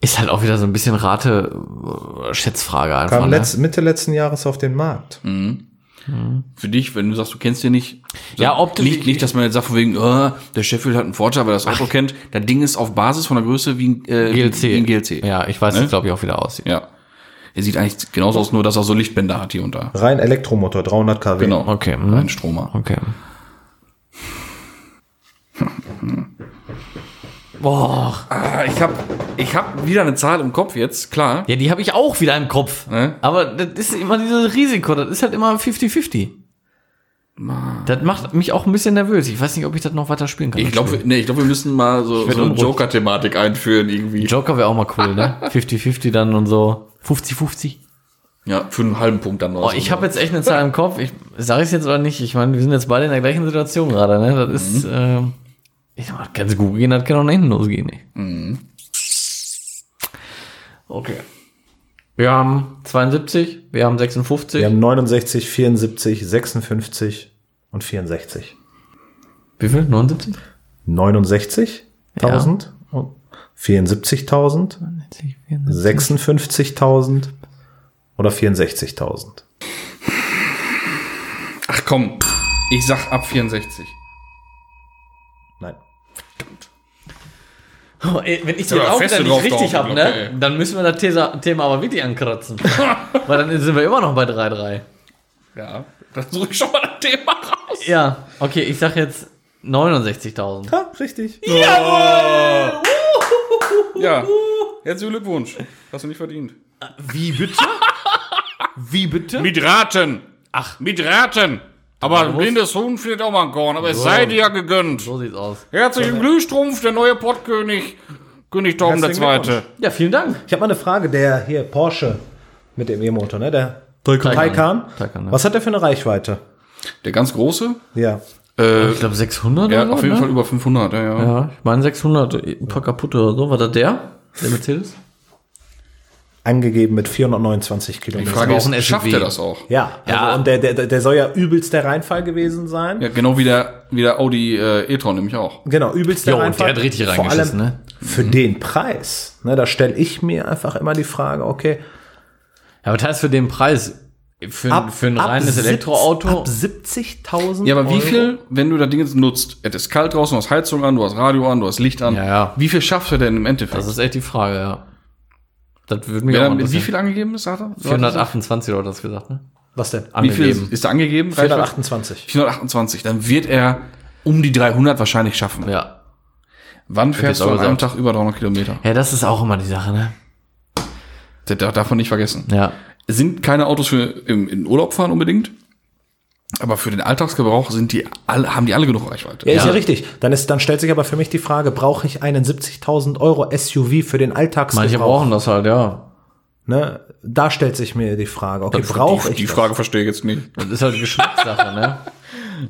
[SPEAKER 2] Ist halt auch wieder so ein bisschen Rate, äh, Schätzfrage einfach.
[SPEAKER 3] Kam
[SPEAKER 2] ne?
[SPEAKER 3] letzt, Mitte letzten Jahres auf den Markt.
[SPEAKER 1] Für dich, wenn du sagst, du kennst den nicht.
[SPEAKER 2] Ja, optisch-
[SPEAKER 1] Nicht, nicht dass man jetzt sagt, von wegen, oh, der Sheffield hat einen Vorteil, weil er das Auto kennt. Das Ding ist auf Basis von der Größe wie ein, äh,
[SPEAKER 2] GLC.
[SPEAKER 1] Wie ein GLC.
[SPEAKER 2] Ja, ich weiß
[SPEAKER 1] Ne?
[SPEAKER 2] jetzt, glaube ich, auch wieder aussieht.
[SPEAKER 1] ja. Er sieht eigentlich genauso aus, nur dass er so Lichtbänder hat hier und da.
[SPEAKER 3] Rein Elektromotor, 300 kW.
[SPEAKER 1] Genau.
[SPEAKER 2] Okay, mhm.
[SPEAKER 1] Ein Stromer.
[SPEAKER 2] Okay. Boah.
[SPEAKER 1] Ah, ich habe ich hab wieder eine Zahl im Kopf jetzt, klar.
[SPEAKER 2] Ja, die habe ich auch wieder im Kopf.
[SPEAKER 1] Ne?
[SPEAKER 2] Aber das ist immer dieses Risiko, das ist halt immer 50-50. Das macht mich auch ein bisschen nervös. Ich weiß nicht, ob ich das noch weiter spielen kann.
[SPEAKER 1] Ich glaube, nee, ich glaub, wir müssen mal so,
[SPEAKER 2] werd
[SPEAKER 1] so eine
[SPEAKER 2] unruhig.
[SPEAKER 1] Joker-Thematik einführen irgendwie.
[SPEAKER 2] Joker wäre auch mal cool, ne? 50-50 dann und so. 50-50.
[SPEAKER 1] Ja, für einen halben Punkt dann noch.
[SPEAKER 2] Oh, ich habe jetzt echt eine Zahl im Kopf. Ich sage es jetzt oder nicht. Ich meine, wir sind jetzt beide in der gleichen Situation gerade, ne? Das ist,
[SPEAKER 1] Mhm.
[SPEAKER 2] ähm, ich sag mal, ganz gut gehen, das kann auch nach hinten losgehen, ey.
[SPEAKER 1] Mhm.
[SPEAKER 2] Okay. Wir haben 72, wir haben 56.
[SPEAKER 3] Wir haben 69, 74, 56 und 64.
[SPEAKER 2] Wie viel? 79?
[SPEAKER 3] 69.000
[SPEAKER 2] Oh,
[SPEAKER 3] und 74.000,
[SPEAKER 2] 74.
[SPEAKER 3] 56.000 oder 64.000.
[SPEAKER 1] Ach komm, ich sag ab 64.
[SPEAKER 3] Nein.
[SPEAKER 2] Oh, ey, wenn ich den
[SPEAKER 1] Ja,
[SPEAKER 2] auch
[SPEAKER 1] feste
[SPEAKER 2] wieder
[SPEAKER 1] drauf
[SPEAKER 2] nicht richtig
[SPEAKER 1] drauf,
[SPEAKER 2] habe,
[SPEAKER 1] okay.
[SPEAKER 2] ne? Dann müssen wir das Thesa- Thema aber wirklich ankratzen. Weil dann sind wir immer noch bei 3-3.
[SPEAKER 1] Ja, dann suche ich schon mal das Thema raus.
[SPEAKER 2] Ja, okay, ich sag jetzt 69.000.
[SPEAKER 3] Ja, Ah, richtig.
[SPEAKER 1] Ja, herzlichen Glückwunsch. Hast du nicht verdient.
[SPEAKER 2] Wie bitte? Wie bitte?
[SPEAKER 1] Mit Raten. Ach. Mit Raten. Aber ein blindes Huhn findet auch mal ein Korn, aber es sei dir ja gegönnt.
[SPEAKER 2] So sieht's aus.
[SPEAKER 1] Herzlichen Glühstrumpf, der neue Pottkönig, König Torben der
[SPEAKER 3] Herzlichen
[SPEAKER 1] Zweite.
[SPEAKER 2] Ja, vielen Dank.
[SPEAKER 3] Ich habe mal eine Frage, der hier Porsche mit dem E-Motor, ne? Der Taycan.
[SPEAKER 2] Taycan, ja.
[SPEAKER 3] Was hat der für eine Reichweite?
[SPEAKER 1] Der ganz große?
[SPEAKER 3] Ja.
[SPEAKER 1] Äh,
[SPEAKER 2] Ich glaube 600
[SPEAKER 1] ja,
[SPEAKER 2] oder so,
[SPEAKER 1] auf jeden
[SPEAKER 2] ne?
[SPEAKER 1] Fall über 500, ja, ja.
[SPEAKER 2] Ja, ich meine 600, ein paar kaputte oder so. War das der? Der Mercedes?
[SPEAKER 3] Angegeben mit 429
[SPEAKER 1] Die
[SPEAKER 3] Kilometern.
[SPEAKER 1] Frage
[SPEAKER 2] ist auch
[SPEAKER 1] ist,
[SPEAKER 2] ein
[SPEAKER 1] schafft
[SPEAKER 2] SUV.
[SPEAKER 1] er das auch?
[SPEAKER 3] Ja, also
[SPEAKER 2] Ja.
[SPEAKER 3] und der, der, der soll ja übelst der Reinfall gewesen sein.
[SPEAKER 1] Ja, genau wie der, wie der Audi äh, e-tron nämlich auch.
[SPEAKER 3] Genau, übelst der
[SPEAKER 2] Jo, und
[SPEAKER 3] Reinfall.
[SPEAKER 2] der hat richtig
[SPEAKER 3] Vor
[SPEAKER 2] reingeschissen,
[SPEAKER 3] allem
[SPEAKER 2] ne?
[SPEAKER 3] Für den Preis. Ne, da stelle ich mir einfach immer die Frage, okay,
[SPEAKER 2] Ja, aber das heißt für den Preis, für, ein- für ein
[SPEAKER 3] ab
[SPEAKER 2] reines
[SPEAKER 3] siebz-
[SPEAKER 2] Elektroauto.
[SPEAKER 3] Ab 70.000
[SPEAKER 1] Ja, aber wie
[SPEAKER 3] Euro.
[SPEAKER 1] viel, wenn du das Ding jetzt nutzt? Es ist kalt draußen, du hast Heizung an, du hast Radio an, du hast Licht an.
[SPEAKER 2] Ja, ja.
[SPEAKER 1] Wie viel schafft er denn im Endeffekt?
[SPEAKER 2] Das ist echt die Frage, ja. Das würde mich
[SPEAKER 1] Wer
[SPEAKER 2] auch
[SPEAKER 1] dann mit wie
[SPEAKER 2] interessieren.
[SPEAKER 1] viel angegeben ist, sagt er? Du hattest-
[SPEAKER 2] 428 oder das gesagt, ne?
[SPEAKER 3] Was denn?
[SPEAKER 1] Wie viel
[SPEAKER 2] Angegeben.
[SPEAKER 1] ist, ist da angegeben?
[SPEAKER 3] 428.
[SPEAKER 1] 428. Dann wird er um die 300 wahrscheinlich schaffen.
[SPEAKER 2] Ja.
[SPEAKER 1] Wann fährst
[SPEAKER 2] ich
[SPEAKER 1] du
[SPEAKER 2] auch
[SPEAKER 1] an einem
[SPEAKER 2] gesagt.
[SPEAKER 1] Tag über 300 Kilometer?
[SPEAKER 2] Ja, das ist auch immer die Sache, ne?
[SPEAKER 1] Das darf darf man nicht vergessen.
[SPEAKER 2] Ja.
[SPEAKER 1] Es sind keine Autos für im, in Urlaub fahren unbedingt. Aber für den Alltagsgebrauch sind die alle, haben die alle genug Reichweite.
[SPEAKER 3] Ja, ist ja
[SPEAKER 2] Ja.
[SPEAKER 3] richtig. Dann, ist, dann stellt sich aber für mich die Frage, brauche ich einen 70.000 Euro SUV für den
[SPEAKER 2] Manche
[SPEAKER 3] Alltagsgebrauch?
[SPEAKER 2] brauchen das halt, ja.
[SPEAKER 3] Ne? Da stellt sich mir die Frage, okay,
[SPEAKER 2] Das-
[SPEAKER 3] brauche
[SPEAKER 1] die
[SPEAKER 3] ich
[SPEAKER 1] die
[SPEAKER 3] das?
[SPEAKER 1] Frage verstehe ich jetzt nicht.
[SPEAKER 2] Das ist halt Geschmackssache, ne?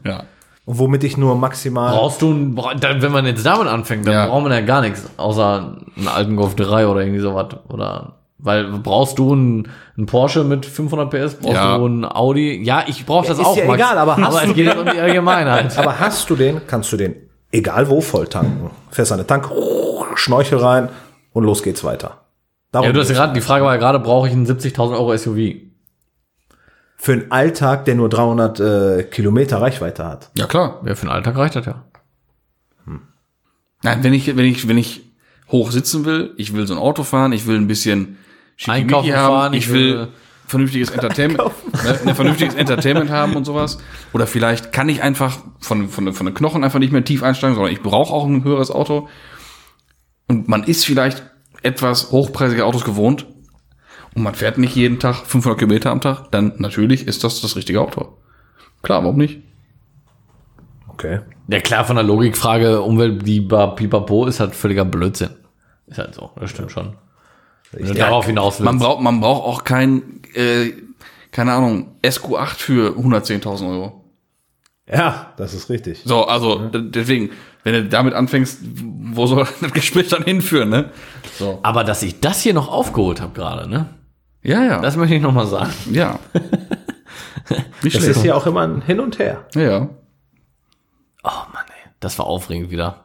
[SPEAKER 1] Ja.
[SPEAKER 3] Und womit ich nur maximal...
[SPEAKER 2] Brauchst du, ein- bra- dann, wenn man jetzt damit anfängt, dann
[SPEAKER 1] Ja.
[SPEAKER 2] braucht man ja gar nichts, außer einen alten Golf 3 oder irgendwie sowas. Oder, weil brauchst du einen, einen Porsche mit 500 PS, brauchst
[SPEAKER 1] Ja.
[SPEAKER 2] du einen Audi. Ja, ich brauche das
[SPEAKER 3] ist
[SPEAKER 2] auch.
[SPEAKER 3] ja egal, aber hast
[SPEAKER 2] aber
[SPEAKER 3] du-
[SPEAKER 2] es geht jetzt um die Allgemeinheit.
[SPEAKER 3] Aber hast du den, kannst du den egal wo voll tanken. Fährst an den Tank, Schnorchel rein und los geht's weiter. Darum
[SPEAKER 2] Ja, du hast ja
[SPEAKER 3] geht's.
[SPEAKER 2] gerade, die Frage war ja gerade, brauche ich einen 70.000 Euro SUV?
[SPEAKER 3] Für einen Alltag, der nur 300 äh, Kilometer Reichweite hat.
[SPEAKER 1] Ja, klar.
[SPEAKER 2] Ja, für den Alltag reicht das ja.
[SPEAKER 1] Nein, wenn ich, wenn ich, wenn ich hoch sitzen will, ich will so ein Auto fahren, ich will ein bisschen Schickimicki
[SPEAKER 2] Einkaufen
[SPEAKER 1] haben,
[SPEAKER 2] fahren,
[SPEAKER 1] ich
[SPEAKER 2] ich
[SPEAKER 1] will,
[SPEAKER 2] will-
[SPEAKER 1] vernünftiges Entertainment, ne, ein vernünftiges Entertainment haben und sowas. Oder vielleicht kann ich einfach von, von, von den Knochen einfach nicht mehr tief einsteigen, sondern ich brauche auch ein höheres Auto. Und man ist vielleicht etwas hochpreisige Autos gewohnt und man fährt nicht jeden Tag 500 Kilometer am Tag, dann natürlich ist das das richtige Auto. Klar, warum nicht?
[SPEAKER 3] Okay.
[SPEAKER 2] Ja klar, von der Logikfrage Umwelt, die ba- Pipapo ist halt völliger Blödsinn. Ist halt so, das stimmt schon. Wenn du darauf hinaus willst.
[SPEAKER 1] Man braucht, man braucht auch kein, äh, keine Ahnung, SQ8 für 110.000 Euro.
[SPEAKER 3] Ja, das ist richtig.
[SPEAKER 1] So, also d- deswegen, wenn du damit anfängst, wo soll das Gespräch dann hinführen, ne? So.
[SPEAKER 2] aber dass ich das hier noch aufgeholt habe gerade, ne?
[SPEAKER 1] Ja, ja.
[SPEAKER 2] Das möchte ich nochmal sagen.
[SPEAKER 1] ja. Nicht
[SPEAKER 3] Das
[SPEAKER 1] schlecht.
[SPEAKER 3] ist ja auch immer ein Hin und Her.
[SPEAKER 1] ja.
[SPEAKER 2] Oh Mann, ey. Das war aufregend wieder.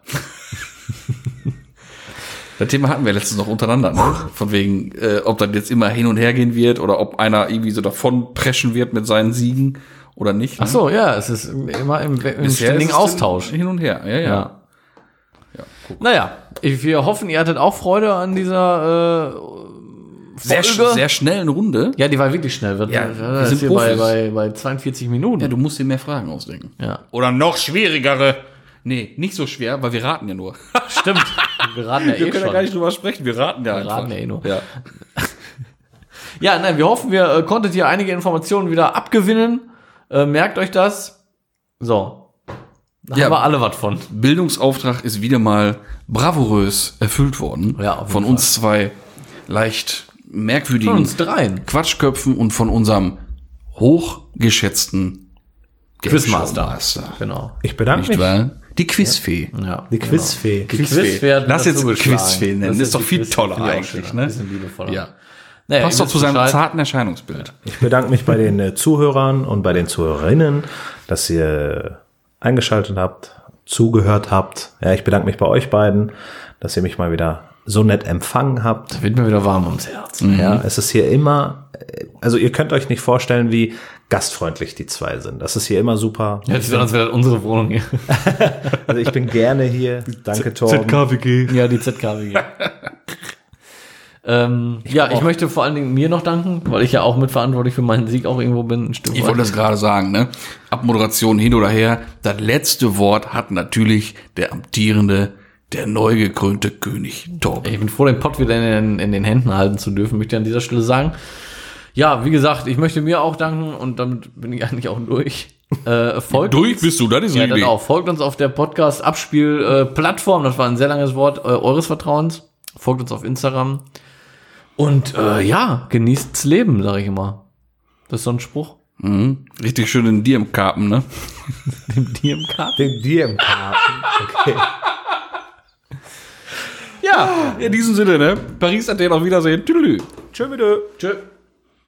[SPEAKER 1] Das Thema hatten wir letztens noch untereinander, ne? Von wegen, äh, ob das jetzt immer hin und her gehen wird oder ob einer irgendwie so davon preschen wird mit seinen Siegen oder nicht. ne?
[SPEAKER 2] Ach so, ja, es ist immer im, im
[SPEAKER 1] Bisher
[SPEAKER 2] ständigen
[SPEAKER 1] ist es
[SPEAKER 2] Austausch.
[SPEAKER 1] Hin und her, ja, ja.
[SPEAKER 2] Ja. Naja, ich, wir hoffen, ihr hattet auch Freude an dieser äh,
[SPEAKER 1] Sehr, sch-
[SPEAKER 2] Folge.
[SPEAKER 1] sehr schnellen Runde.
[SPEAKER 2] Ja, die war wirklich schnell. Wir,
[SPEAKER 1] Ja,
[SPEAKER 2] wir
[SPEAKER 1] wir
[SPEAKER 2] sind
[SPEAKER 1] sind
[SPEAKER 2] hier bei,
[SPEAKER 1] Profis.
[SPEAKER 2] bei, bei 42 Minuten.
[SPEAKER 1] Ja, du musst dir mehr Fragen ausdenken.
[SPEAKER 2] Ja.
[SPEAKER 1] Oder noch schwierigere. Nee, nicht so schwer, weil wir raten ja nur.
[SPEAKER 2] Stimmt. Wir raten ja eh schon.
[SPEAKER 1] nicht drüber sprechen, wir raten ja
[SPEAKER 2] Wir raten ja eh nur.
[SPEAKER 1] Ja.
[SPEAKER 2] Ja, nein, wir hoffen, wir äh, konntet hier einige Informationen wieder abgewinnen. Äh, merkt euch das. So. Da
[SPEAKER 1] Ja.
[SPEAKER 2] haben wir alle was von.
[SPEAKER 1] Bildungsauftrag ist wieder mal bravourös erfüllt worden.
[SPEAKER 2] Ja, auf jeden
[SPEAKER 1] von uns zwei leicht merkwürdigen
[SPEAKER 2] Von uns dreien.
[SPEAKER 1] Quatschköpfen und von unserem hochgeschätzten Game
[SPEAKER 2] Quizmaster.
[SPEAKER 1] Show Master.
[SPEAKER 2] Genau.
[SPEAKER 3] Ich bedanke
[SPEAKER 1] Nicht
[SPEAKER 3] mich. Genau.
[SPEAKER 1] wahr? Die Quizfee.
[SPEAKER 2] Ja.
[SPEAKER 3] Die Quizfee.
[SPEAKER 2] Quizfee hat
[SPEAKER 1] Lass
[SPEAKER 2] dazu
[SPEAKER 1] jetzt
[SPEAKER 2] geschlagen.
[SPEAKER 1] Quizfee nennen.
[SPEAKER 2] Das
[SPEAKER 1] Das ist doch
[SPEAKER 2] die
[SPEAKER 1] viel
[SPEAKER 2] Quizfee,
[SPEAKER 1] toller
[SPEAKER 2] finde ich auch
[SPEAKER 1] eigentlich,
[SPEAKER 2] schöner.
[SPEAKER 1] ne?
[SPEAKER 2] Bisschen liebevoller.
[SPEAKER 1] Ja.
[SPEAKER 2] Naja,
[SPEAKER 1] Passt
[SPEAKER 2] ihr
[SPEAKER 1] doch zu
[SPEAKER 2] wisst
[SPEAKER 1] seinem
[SPEAKER 2] Bescheid.
[SPEAKER 1] zarten Erscheinungsbild.
[SPEAKER 3] Ich bedanke mich bei den äh, Zuhörern und bei den Zuhörerinnen, dass ihr eingeschaltet habt, zugehört habt. Ja, ich bedanke mich bei euch beiden, dass ihr mich mal wieder so nett empfangen habt.
[SPEAKER 2] Da wird mir wieder warm ums Herz.
[SPEAKER 1] Mhm.
[SPEAKER 3] Ja, es ist hier immer, äh, also ihr könnt euch nicht vorstellen, wie gastfreundlich die zwei sind. Das ist hier immer super.
[SPEAKER 2] Ja, das ist sonst wäre das unsere Wohnung hier.
[SPEAKER 3] Also ich bin gerne hier. Danke, Torben.
[SPEAKER 2] Ja, die ZKWG. ähm, ja, ich möchte vor allen Dingen mir noch danken, weil ich ja auch mitverantwortlich für meinen Sieg auch irgendwo bin. Ein Stück
[SPEAKER 1] Ich
[SPEAKER 2] weit.
[SPEAKER 1] wollte das gerade sagen, ne? Abmoderation hin oder her. Das letzte Wort hat natürlich der amtierende, der neu gekrönte König Torben.
[SPEAKER 2] Ich bin froh, den Pott wieder in den, in den Händen halten zu dürfen, möchte ich an dieser Stelle sagen. Ja, wie gesagt, ich möchte mir auch danken und damit bin ich eigentlich auch durch. Äh, folgt
[SPEAKER 1] Durch bist du, das ist
[SPEAKER 2] Ja, dann auch. Folgt uns auf der Podcast-Abspiel-Plattform. Das war ein sehr langes Wort äh, eures Vertrauens. Folgt uns auf Instagram. Und äh, ja, genießt's Leben, sage ich immer. Das ist so ein Spruch.
[SPEAKER 1] Mhm. Richtig schön in dir im Karpen, ne?
[SPEAKER 2] Dem DMK.
[SPEAKER 3] Den DMK. Okay.
[SPEAKER 2] Ja.
[SPEAKER 1] In diesem Sinne, ne? Paris, Athen, auf Wiedersehen. Tüdelü.
[SPEAKER 3] Tschö, bitte.
[SPEAKER 2] Tschö.